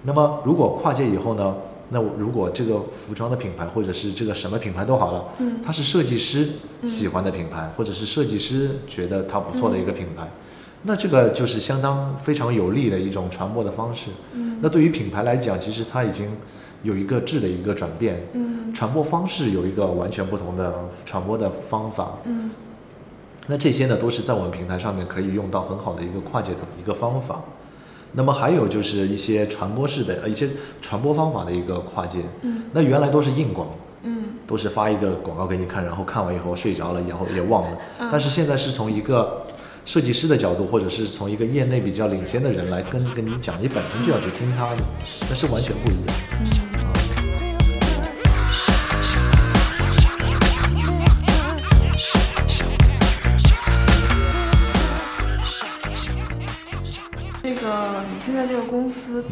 那么如果跨界以后呢？那我如果这个服装的品牌或者是这个什么品牌都好了，嗯，它是设计师喜欢的品牌，或者是设计师觉得它不错的一个品牌，那这个就是相当非常有利的一种传播的方式。嗯，那对于品牌来讲，其实它已经有一个质的一个转变，嗯，传播方式有一个完全不同的传播的方法，嗯，那这些呢都是在我们平台上面可以用到很好的一个跨界的一个方法。那么还有就是一些传播式的呃一些传播方法的一个跨界，嗯，那原来都是硬广，
嗯，
都是发一个广告给你看，然后看完以后睡着了，然后也忘了。但是现在是从一个设计师的角度，或者是从一个业内比较领先的人来跟跟你讲，你本身就要去听他的，那是完全不一样。
这个你现在这个公司，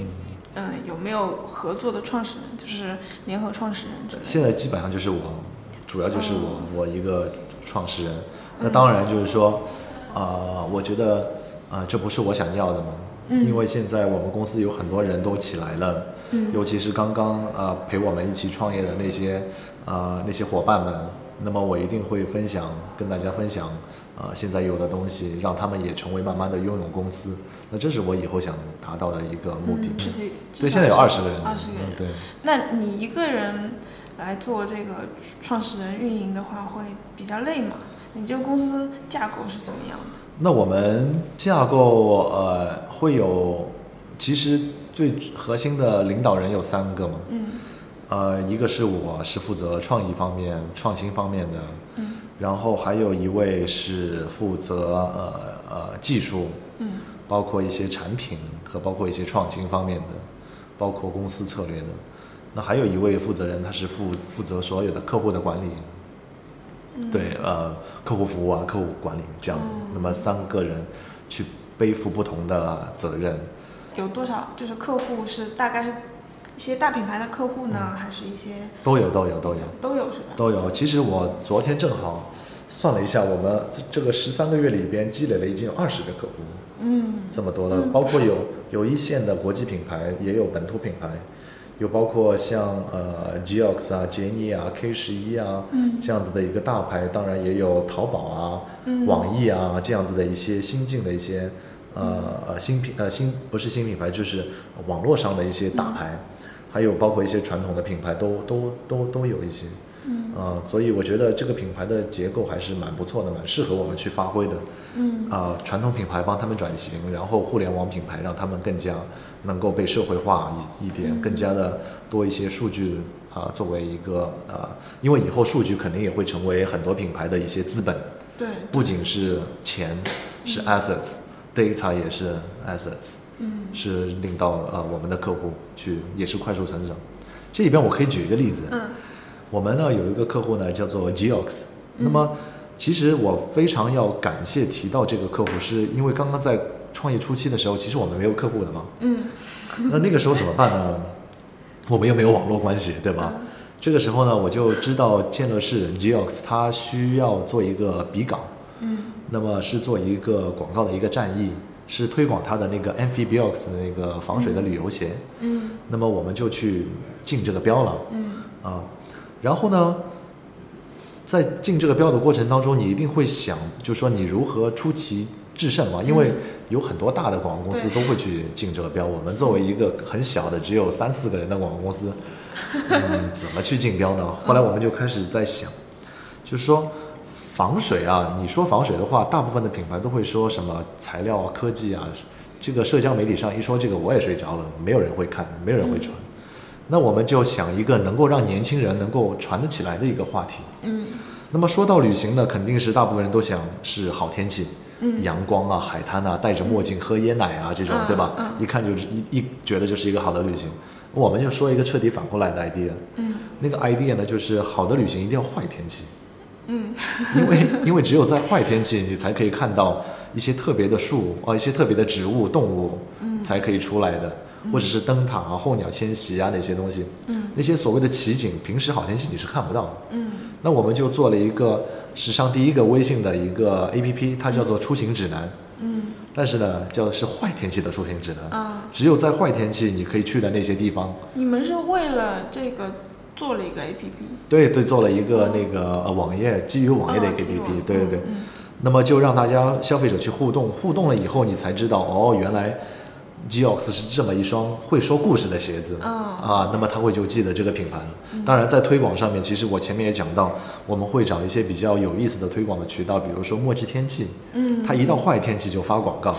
嗯、有没有合作的创始人，就是联合创始人之类的？
现在基本上就是我，主要就是我、
嗯
我一个创始人。那当然就是说，啊、我觉得啊、这不是我想要的嘛。
嗯
因为现在我们公司有很多人都起来了，
嗯
尤其是刚刚啊、陪我们一起创业的那些啊、那些伙伴们，那么我一定会分享跟大家分享啊、现在有的东西，让他们也成为慢慢的拥有公司。那这是我以后想达到的一个目的。
自己
对，现在有二十个人，
嗯二十个人、
嗯、对。
那你一个人来做这个创始人运营的话，会比较累吗？你这个公司架构是怎么样的？
那我们架构呃会有，其实最核心的领导人有三个嘛，
嗯
呃，一个是我是负责创意方面、创新方面的，
嗯
然后还有一位是负责呃呃技术，
嗯
包括一些产品和包括一些创新方面的，包括公司策略的。那还有一位负责人，他是负负责所有的客户的管理，
嗯
对，呃，客户服务啊，客户管理这样子。
哦
那么三个人去背负不同的责任。
有多少？就是客户是大概是一些大品牌的客户
嗯
呢，还是一些
都有，都有，都有，
都有是吧？
都有。其实我昨天正好算了一下，我们这这个十三个月里边积累了已经有二十个客户，
嗯
这么多了，包括有有一线的国际品牌，也有本土品牌，有包括像呃 Geox 啊、杰尼啊、K 十一啊、
嗯
这样子的一个大牌，当然也有淘宝啊、
嗯
网易啊这样子的一些新进的一些呃呃新品呃新不是新品牌，就是网络上的一些
嗯
大牌，还有包括一些传统的品牌都都都都有一些。嗯、所以我觉得这个品牌的结构还是蛮不错的，蛮适合我们去发挥的。嗯，啊、传统品牌帮他们转型，然后互联网品牌让他们更加能够被社会化一一点，更加的多一些数据啊、作为一个啊、因为以后数据肯定也会成为很多品牌的一些资本，
对，
不仅是钱是 assets，data、也是 assets，
嗯
是令到呃我们的客户去也是快速成长。这里边我可以举一个例子，
嗯
我们呢有一个客户呢叫做 Geox，那么其实我非常要感谢提到这个客户，是因为刚刚在创业初期的时候，其实我们没有客户的嘛，
嗯
那那个时候怎么办呢？我们又没有网络关系，对
嗯
吧？这个时候呢，我就知道建乐市 Geox 它需要做一个比稿，
嗯，
那么是做一个广告的一个战役，是推广它的那个 Amphibiox 的那个防水的旅游鞋，
嗯
那么我们就去竞这个标了，
嗯
啊，然后呢，在竞这个标的过程当中，你一定会想，就说你如何出奇制胜嘛，因为有很多大的广告公司都
对
会去竞这个标，我们作为一个很小的只有三四个人的广告公司，嗯，怎么去竞标呢？后来我们就开始在想，就是说。防水啊，你说防水的话，大部分的品牌都会说什么材料啊、科技啊，这个社交媒体上一说这个，我也睡着了，没有人会看，没有人会穿。那我们就想一个能够让年轻人能够传得起来的一个话题。
嗯，
那么说到旅行呢，肯定是大部分人都想是好天气，阳光啊、海滩啊，戴着墨镜喝椰奶啊这种，
嗯
对吧？
嗯
一看就是一一觉得就是一个好的旅行。我们就说一个彻底反过来的 idea，嗯，那个 idea 呢，就是好的旅行一定要坏天气，嗯，因为因为只有在坏天气，你才可以看到一些特别的树啊、一些特别的植物、动物，嗯，才可以出来的，或者是灯塔啊、候鸟迁徙啊那些东西，嗯，那些所谓的奇景，平时好天气你是看不到的，嗯，那我们就做了一个史上第一个微信的一个 APP，它叫做出行指南，但是呢，叫是坏天气的出行指南。
啊
只有在坏天气你可以去的那些地方，
你们是为了这个做了一个 APP，
对对，做了一个那个呃网页，基于网页的一个
哦
APP，、
基于网
对对对。
嗯
那么就让大家消费者去互动，互动了以后你才知道，哦，原来 Geox 是这么一双会说故事的鞋子、
哦嗯
啊。那么他会就记得这个品牌了。当然，在推广上面，其实我前面也讲到，我们会找一些比较有意思的推广的渠道，比如说默契天气，嗯，它一到坏天气就发广 告，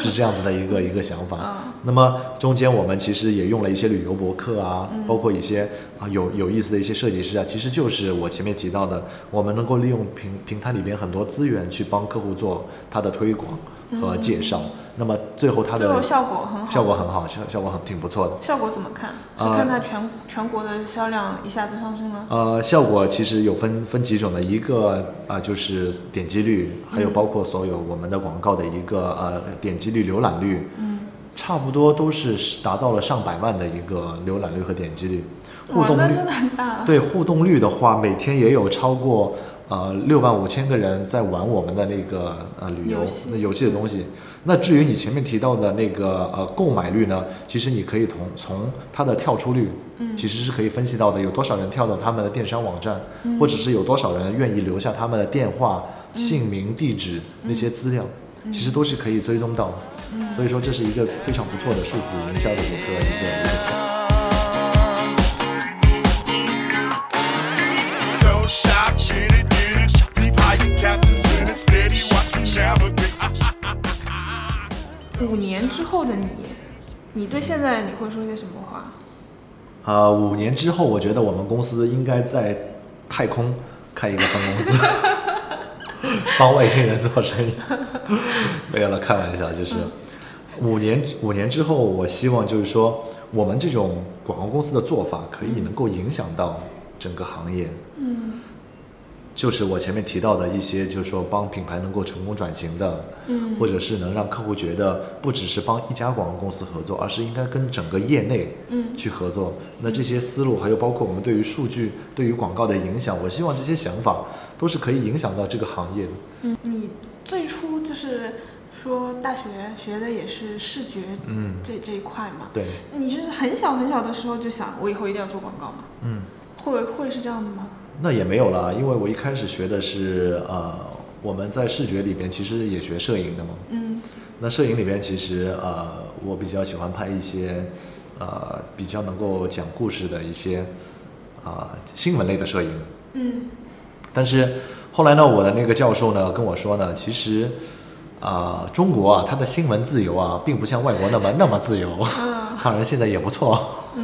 是这样子的一个一个想法。
嗯
那么中间我们其实也用了一些旅游博客啊，
嗯
包括一些啊有有意思的一些设计师啊，其实就是我前面提到的，我们能够利用平平台里边很多资源去帮客户做他的推广和介绍。那么最后他
嗯最
的
后效果很好，
效果很好，效效果很挺不错的。
效果怎么看？是
呃
看它全、全国的销量一下子上升吗？
呃，效果其实有分分几种的，一个啊、就是点击率，还有包括所有我们的广告的一个呃点击率、浏览率，嗯，差不多都是达到了上百万的一个浏览率和点击率，互
哇，
动
那
率
真的很大了。
对互动率的话，每天也有超过呃六万五千个人在玩我们的那个呃旅游
游戏
那游戏的东西。那至于你前面提到的那个呃购买率呢，其实你可以从从它的跳出率，嗯，其实是可以分析到的，有多少人跳到他们的电商网站，或者是有多少人愿意留下他们的电话、姓名、地址那些资料，其实都是可以追踪到的。所以说这是一个非常不错的数字营销的一个一个一个项目。
Go shop, get it, get it. Deep high, your captain's in it. Steady, watch me navigate. Ah, ah, ah.
五年之后的你，你对现在你会说些什么话？
呃，五年之后，我觉得我们公司应该在太空开一个分公司， 帮外星人做生意。 没有了，开玩笑，就是五年五年之后，我希望就是说，我们这种广告公司的做法可以能够影响到整个行业。嗯，就是我前面提到的一些，就是说帮品牌能够成功转型的，嗯，或者是能让客户觉得不只是帮一家广告公司合作，而是应该跟整个业内嗯去合作。那这些思路，还有包括我们对于数据、对于广告的影响，我希望这些想法都是可以影响到这个行业的。
你最初就是说大学学的也是视觉，
嗯
这这一块嘛。
对。
你就是很小很小的时候就想，我以后一定要做广告嘛？
嗯，
会会是这样的吗？
那也没有啦，因为我一开始学的是呃，我们在视觉里边其实也学摄影的嘛。
嗯
那摄影里边其实呃，我比较喜欢拍一些呃比较能够讲故事的一些啊、新闻类的摄影。
嗯
但是后来呢，我的那个教授呢跟我说呢，其实啊、中国啊，它的新闻自由啊，并不像外国那么那么自由。当然现在也不错。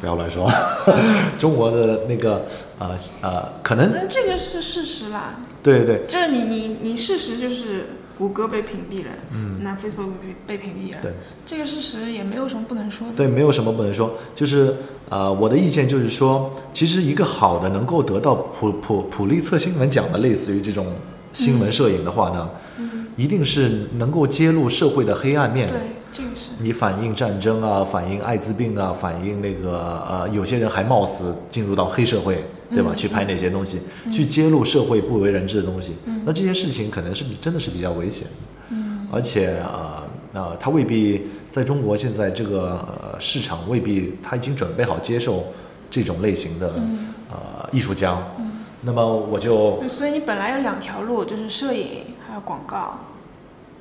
不要乱说， 中国的那个呃呃，可能
那这个是事实啦，
对对对，
就是你你你事实就是谷歌被屏蔽了，嗯，那 Facebook 被被屏蔽了，
对，
这个事实也没有什么不能说的。
对，没有什么不能说，就是呃，我的意见就是说，其实一个好的能够得到普普普利策新闻奖的，类似于这种新闻摄影的话呢，一定是能够揭露社会的黑暗面。
对，这个是，
你反映战争啊，反映艾滋病啊，反映那个呃，有些人还冒死进入到黑社会，对吧？去拍那些东西，去揭露社会不为人知的东西。那这些事情可能是比真的是比较危险，嗯、而且呃呃，他未必在中国现在这个、呃、市场未必他已经准备好接受这种类型的、呃艺术家。那么我就
所以你本来有两条路，就是摄影还有广告，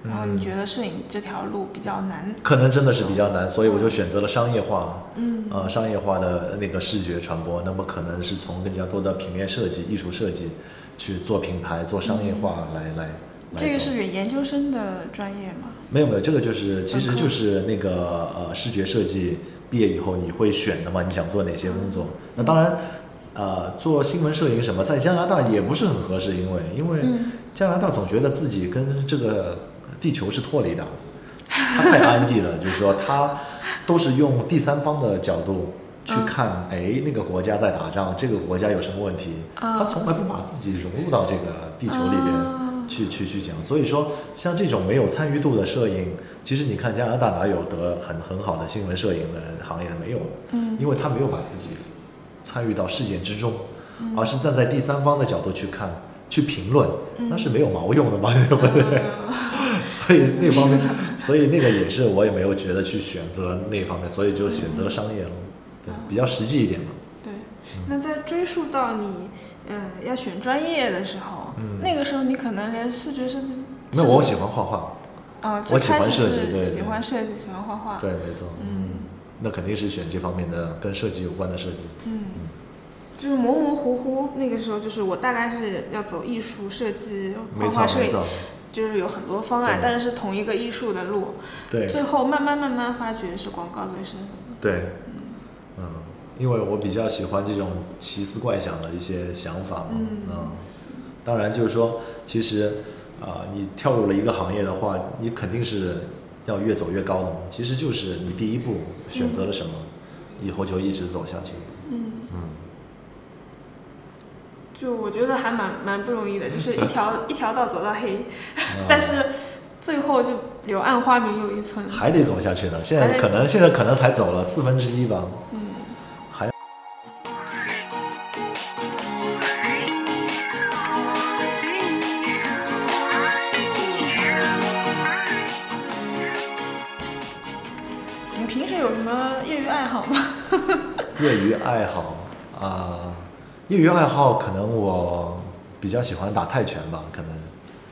然后
嗯
你觉得摄影这条路比较难，
可能真的是比较难，所以我就选择了商业化，嗯，呃，商业化的那个视觉传播，那么可能是从更加多的平面设计、艺术设计去做品牌、做商业化来、来来走。
这个是研究生的专业嘛？
没有没有，这个就是其实就是那个呃视觉设计毕业以后你会选的嘛，你想做哪些工作？那当然，呃，做新闻摄影什么，在加拿大也不是很合适，因为因为加拿大总觉得自己跟这个地球是脱离的，他太安逸了，就是说他都是用第三方的角度去看，哎，那个国家在打仗，这个国家有什么问题，他从来不把自己融入到这个地球里边去去去讲。所以说，像这种没有参与度的摄影，其实你看加拿大哪有得很很好的新闻摄影的行业没有？嗯，因为他没有把自己参与到事件之中，而是站在第三方的角度去看、去评论，那是没有毛用的嘛，对不对？ 所以那方面，所以那个也是我也没有觉得去选择那方面，所以就选择了商业了，对，比较实际一点嘛。
对，
嗯
那在追溯到你，嗯、要选专业的时候，那个时候你可能连视觉设计，
那嗯我喜欢画画，
啊，最
我喜欢
开始
设计对
是
对
喜欢设计，喜欢画画，
对，没错，嗯，那肯定是选这方面的跟设计有关的设计。
嗯就是模模糊糊那个时候，就是我大概是要走艺术设计、
没
画
错
画摄
没
影
错，，
就是有很多方案
对，
但是同一个艺术的路，
对
最后慢慢慢慢发觉是广告最适合你。
对，嗯，因为我比较喜欢这种奇思怪想的一些想法嘛，嗯当然就是说，其实啊、你跳入了一个行业的话，你肯定是要越走越高的嘛，其实就是你第一步选择了什么，以后就一直走下去。
就我觉得还蛮蛮不容易的，就是一条 一条道走到黑，
嗯
但是最后就柳暗花明又一村。
还得走下去呢。现
还
在
得
可能现在可能才走了四分之一吧。嗯，还。
你平时有什么业余爱好吗？
业余爱好啊、业余爱好可能我比较喜欢打泰拳吧，可能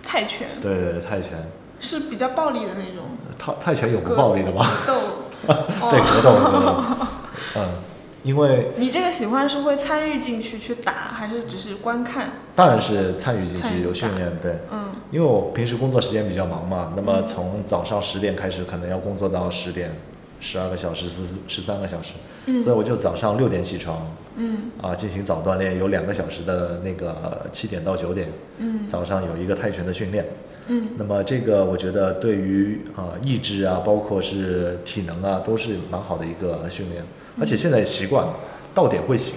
泰拳
对对对泰拳，
是比较暴力的那 种
泰泰拳有不暴力的吗？
斗，
对
哦，
格斗格斗，嗯，因为
你这个喜欢是会参与进去去打，还是只是观看？
当然是参与进
参
去
与
有训
打
练对。
嗯，
因为我平时工作时间比较忙嘛，那么从早上十点开始，可能要工作到十点，十二个小时、十十三个小时，所以我就早上六点起床，嗯，啊，进行早锻炼，有两个小时的那个七点到九点，嗯，早上有一个泰拳的训练，嗯，那么这个我觉得对于啊、呃意志啊，包括是体能啊，都是蛮好的一个训练，
嗯
而且现在习惯了到点会醒，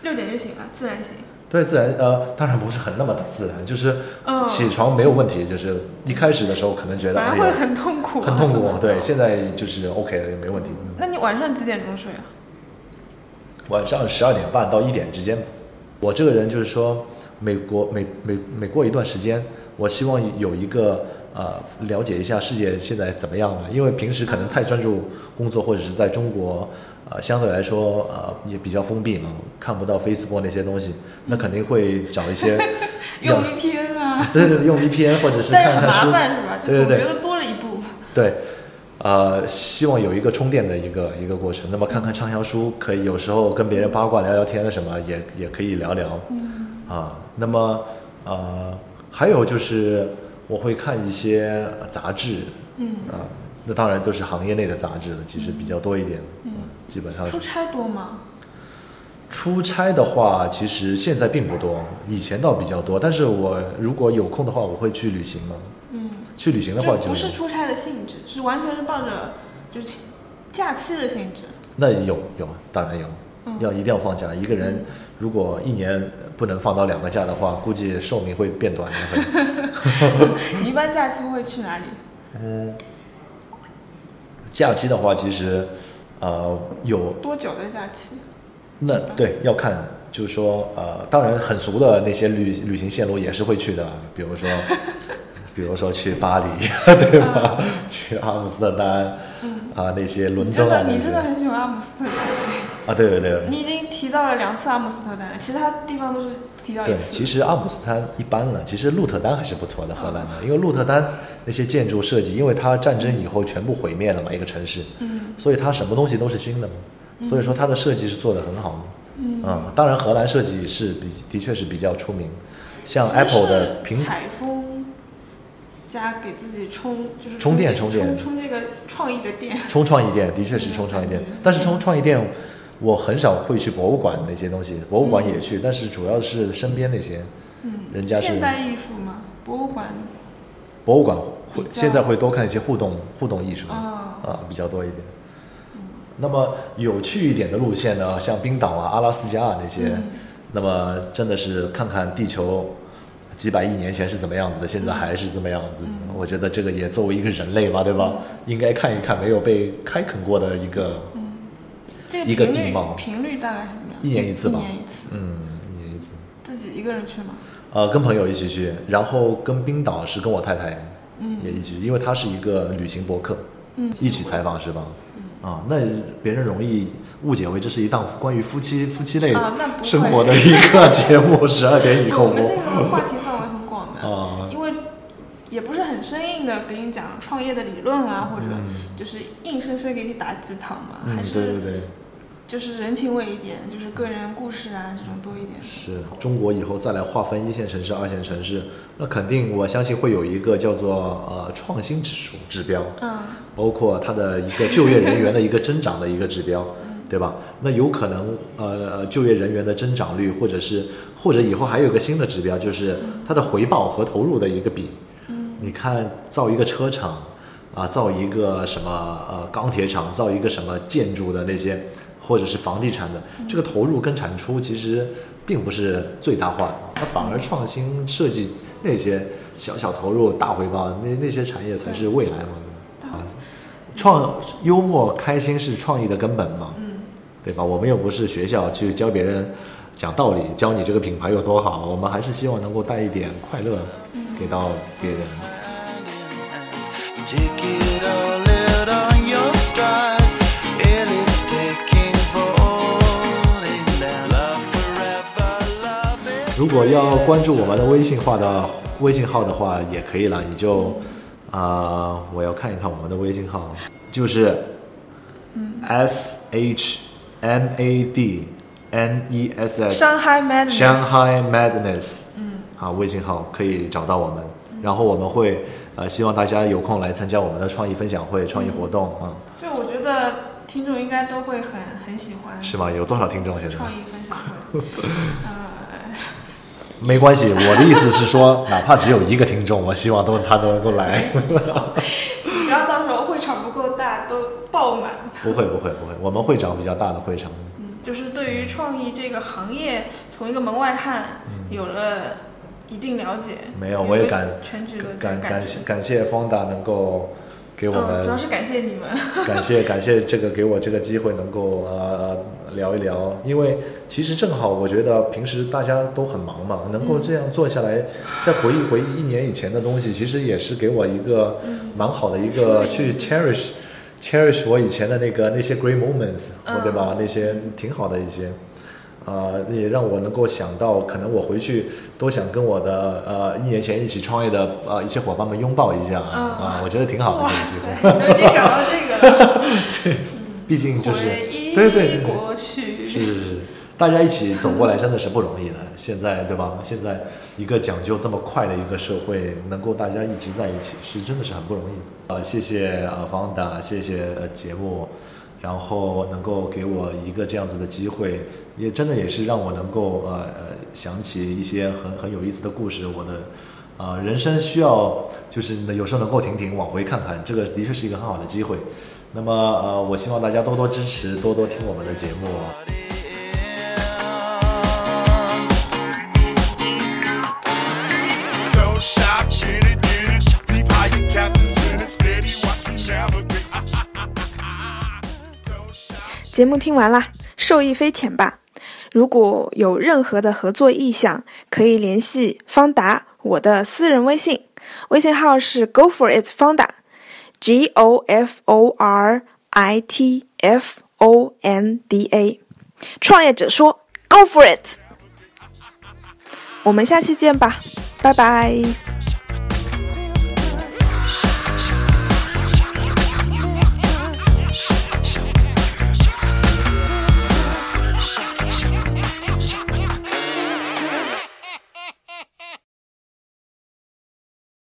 六点就醒了，自然醒。
对，自然呃，当然不是很那么的自然，就是
嗯
起床没有问题，就是一开始的时候可能觉得
反
哎
而
呦
会很痛苦、啊，
很痛苦，
怎么
对，
搞
现在就是 OK 了，也没问题。嗯
那你晚上几点钟睡啊？
晚上十二点半到一点之间，我这个人就是说，每过每每每过一段时间，我希望有一个呃了解一下世界现在怎么样了，因为平时可能太专注工作或者是在中国，呃相对来说呃也比较封闭嘛，看不到 Facebook 那些东西，那肯定会找一些
用 VPN 啊，
对对对，用 VPN 或者 是
但是
看
很
看书
麻烦是吧？，就
对
总
对
觉
对
得多了一步。
对，呃，希望有一个充电的一个一个过程。那么看看畅销书，可以有时候跟别人八卦聊聊天的什么，也也可以聊聊。嗯啊，那么呃，还有就是我会看一些呃杂志。嗯啊，那当然都是行业内的杂志了，其实比较多一点。嗯，基本上
出差多吗？
出差的话，其实现在并不多，以前倒比较多。但是我如果有空的话，我会去旅行嘛。嗯，去旅行的话
不是出差的性质，是完全是抱着就是请假期的性质。
那有有，当然有，
嗯
要一定要放假。一个人如果一年不能放到两个假的话，估计寿命会变短。你 会
你一般假期会去哪里？
假期的话，其实呃有
多久的假期？
那对要看，就是说呃，当然很俗的那些旅旅行线路也是会去的，比如 说。比如说去巴黎， 对吧？ 去阿姆斯特丹，啊、那些伦
嗯真
敦啊
的，，
那
你
些
真的很喜欢阿姆斯特丹。
啊，对对对，
你已经提到了两次阿姆斯特丹了，其他地方都是提到一
对，
次。
其实阿姆斯特丹一般了，其实鹿特丹还是不错的，荷兰
哦
的，因为鹿特丹那些建筑设计，因为它战争以后全部毁灭了嘛，一个城市，嗯，所以它什么东西都是新的嘛，
嗯
所以说它的设计是做得很好的，嗯，当然荷兰设计是比的确是比较出名，像
其实
Apple 的
是
苹
采风加给自己充就是
充电充
充
电
充这个创意的 电。
冲创意店的确是冲创意
嗯
店，但是冲创意店，我很少会去博物馆那些东西，博物馆
嗯
也去，但是主要是身边那些，嗯，人家是
现代艺术嘛，博物馆
博物馆会
比较
现在会多看一些互动互动艺术
啊
啊比较多一点。那么有趣一点的路线呢，像冰岛啊、阿拉斯加啊那
嗯
些，那么真的是看看地球几百亿年前是怎么样子的，
嗯
现在还是这么样子。我觉得这个也作为一个人类嘛，对
嗯
吧？应该看一看没有被开垦过的一个，
嗯这个
一个
频
地
率
貌
频率大概是怎么样？
一年一次吧
一年一次，
嗯，一年一次。
自己一个人去吗？
呃，跟朋友一起去，然后跟冰岛是跟我太太也一起，因为她是一个旅行博客，
嗯
一起采访是吧？啊，那别人容易误解为这是一档关于夫妻夫妻类
啊那不会
生活的一个节目，十二点以后
我们这
播。
个话题范围很广的，
啊
因为也不是很生硬的给你讲创业的理论啊，或者就是硬生生给你打鸡汤嘛，
嗯
还，
对对
是
对，
就是人情味一点，就是个人故事啊这种多一点。
是中国以后再来划分一线城市、二线城市，那肯定我相信会有一个叫做呃创新指数指标，
嗯，
包括它的一个就业人员的一个增长的一个指标，对吧？那有可能呃就业人员的增长率，或者是或者以后还有一个新的指标，就是它的回报和投入的一个比。你看造一个车厂啊，造一个什么呃钢铁厂，造一个什么建筑的那些，或者是房地产的，这个投入跟产出其实并不是最大化的，它反而创新设计那些小小投入大回报，那那些产业才是未来嘛。
对
啊，创幽默开心是创意的根本嘛，对吧？我们又不是学校去教别人讲道理，教你这个品牌有多好，我们还是希望能够带一点快乐给到别人。
Take it all out on your stride. It is taking for holding that love forever. Love is
如果要关注我们的微信号的微信号的话，也可以了，你就啊、呃我要看一看我们的微信号，就是。S H M A D N E S S
Shanghai Madness
Shanghai Madness，嗯，啊，微信号可以找到我们，
嗯
然后我们会呃，希望大家有空来参加我们的创意分享会、创意活动
嗯
啊、
就我觉得听众应该都会很很喜欢
是吗？有多少听众现在？
创意分享会。呃，
没关系，我的意思是说，哪怕只有一个听众，我希望都他都能够来。
不要到时候会场不够大都爆满。嗯
不会，不会，不会，我们会找比较大的会场。
就是对于创意这个行业，从一个门外汉有了一定了解。
嗯没有，
一个
我也感
全局的
感
感
感
觉
谢感谢方达能够给我
嗯，主要
们
是感谢你们。
感谢感谢这个给我这个机会能够呃聊一聊，因为其实正好我觉得平时大家都很忙嘛，能够这样坐下
嗯
来再回忆回忆一年以前的东西，其实也是给我一个
嗯
蛮好的一个
梳理
去 cherish cherish 我以前的那个那些 great moments，
嗯
对吧？那些挺好的一些。啊、也让我能够想到，可能我回去都想跟我的呃一年前一起创业的呃一些伙伴们拥抱一下啊、
嗯
啊，我觉得挺好的
哇
这个机会。
塞，你都已经想到这个了，
毕竟 就是
回忆
对对对对，
过去。
是是是，大家一起走过来真的是不容易的。现在对吧？现在一个讲究这么快的一个社会，能够大家一直在一起，是真的是很不容易。呃，谢谢呃方达，谢谢呃节目，然后能够给我一个这样子的机会，也真的也是让我能够呃呃想起一些很很有意思的故事，我的。啊，人生需要就是有时候能够停停，往回看看，这个的确是一个很好的机会。那么呃，我希望大家多多支持，多多听我们的节目。
Don't stop, shit it, get it. Keep high your captains in it steady. Watch me navigate. Don't stop.
节目听完啦，受益匪浅吧。如果有任何的合作意向，可以联系方达我的私人微信，微信号是 Go for it 方达，G O F O R I T F O N D A。创业者说 Go for it，我们下期见吧，拜拜。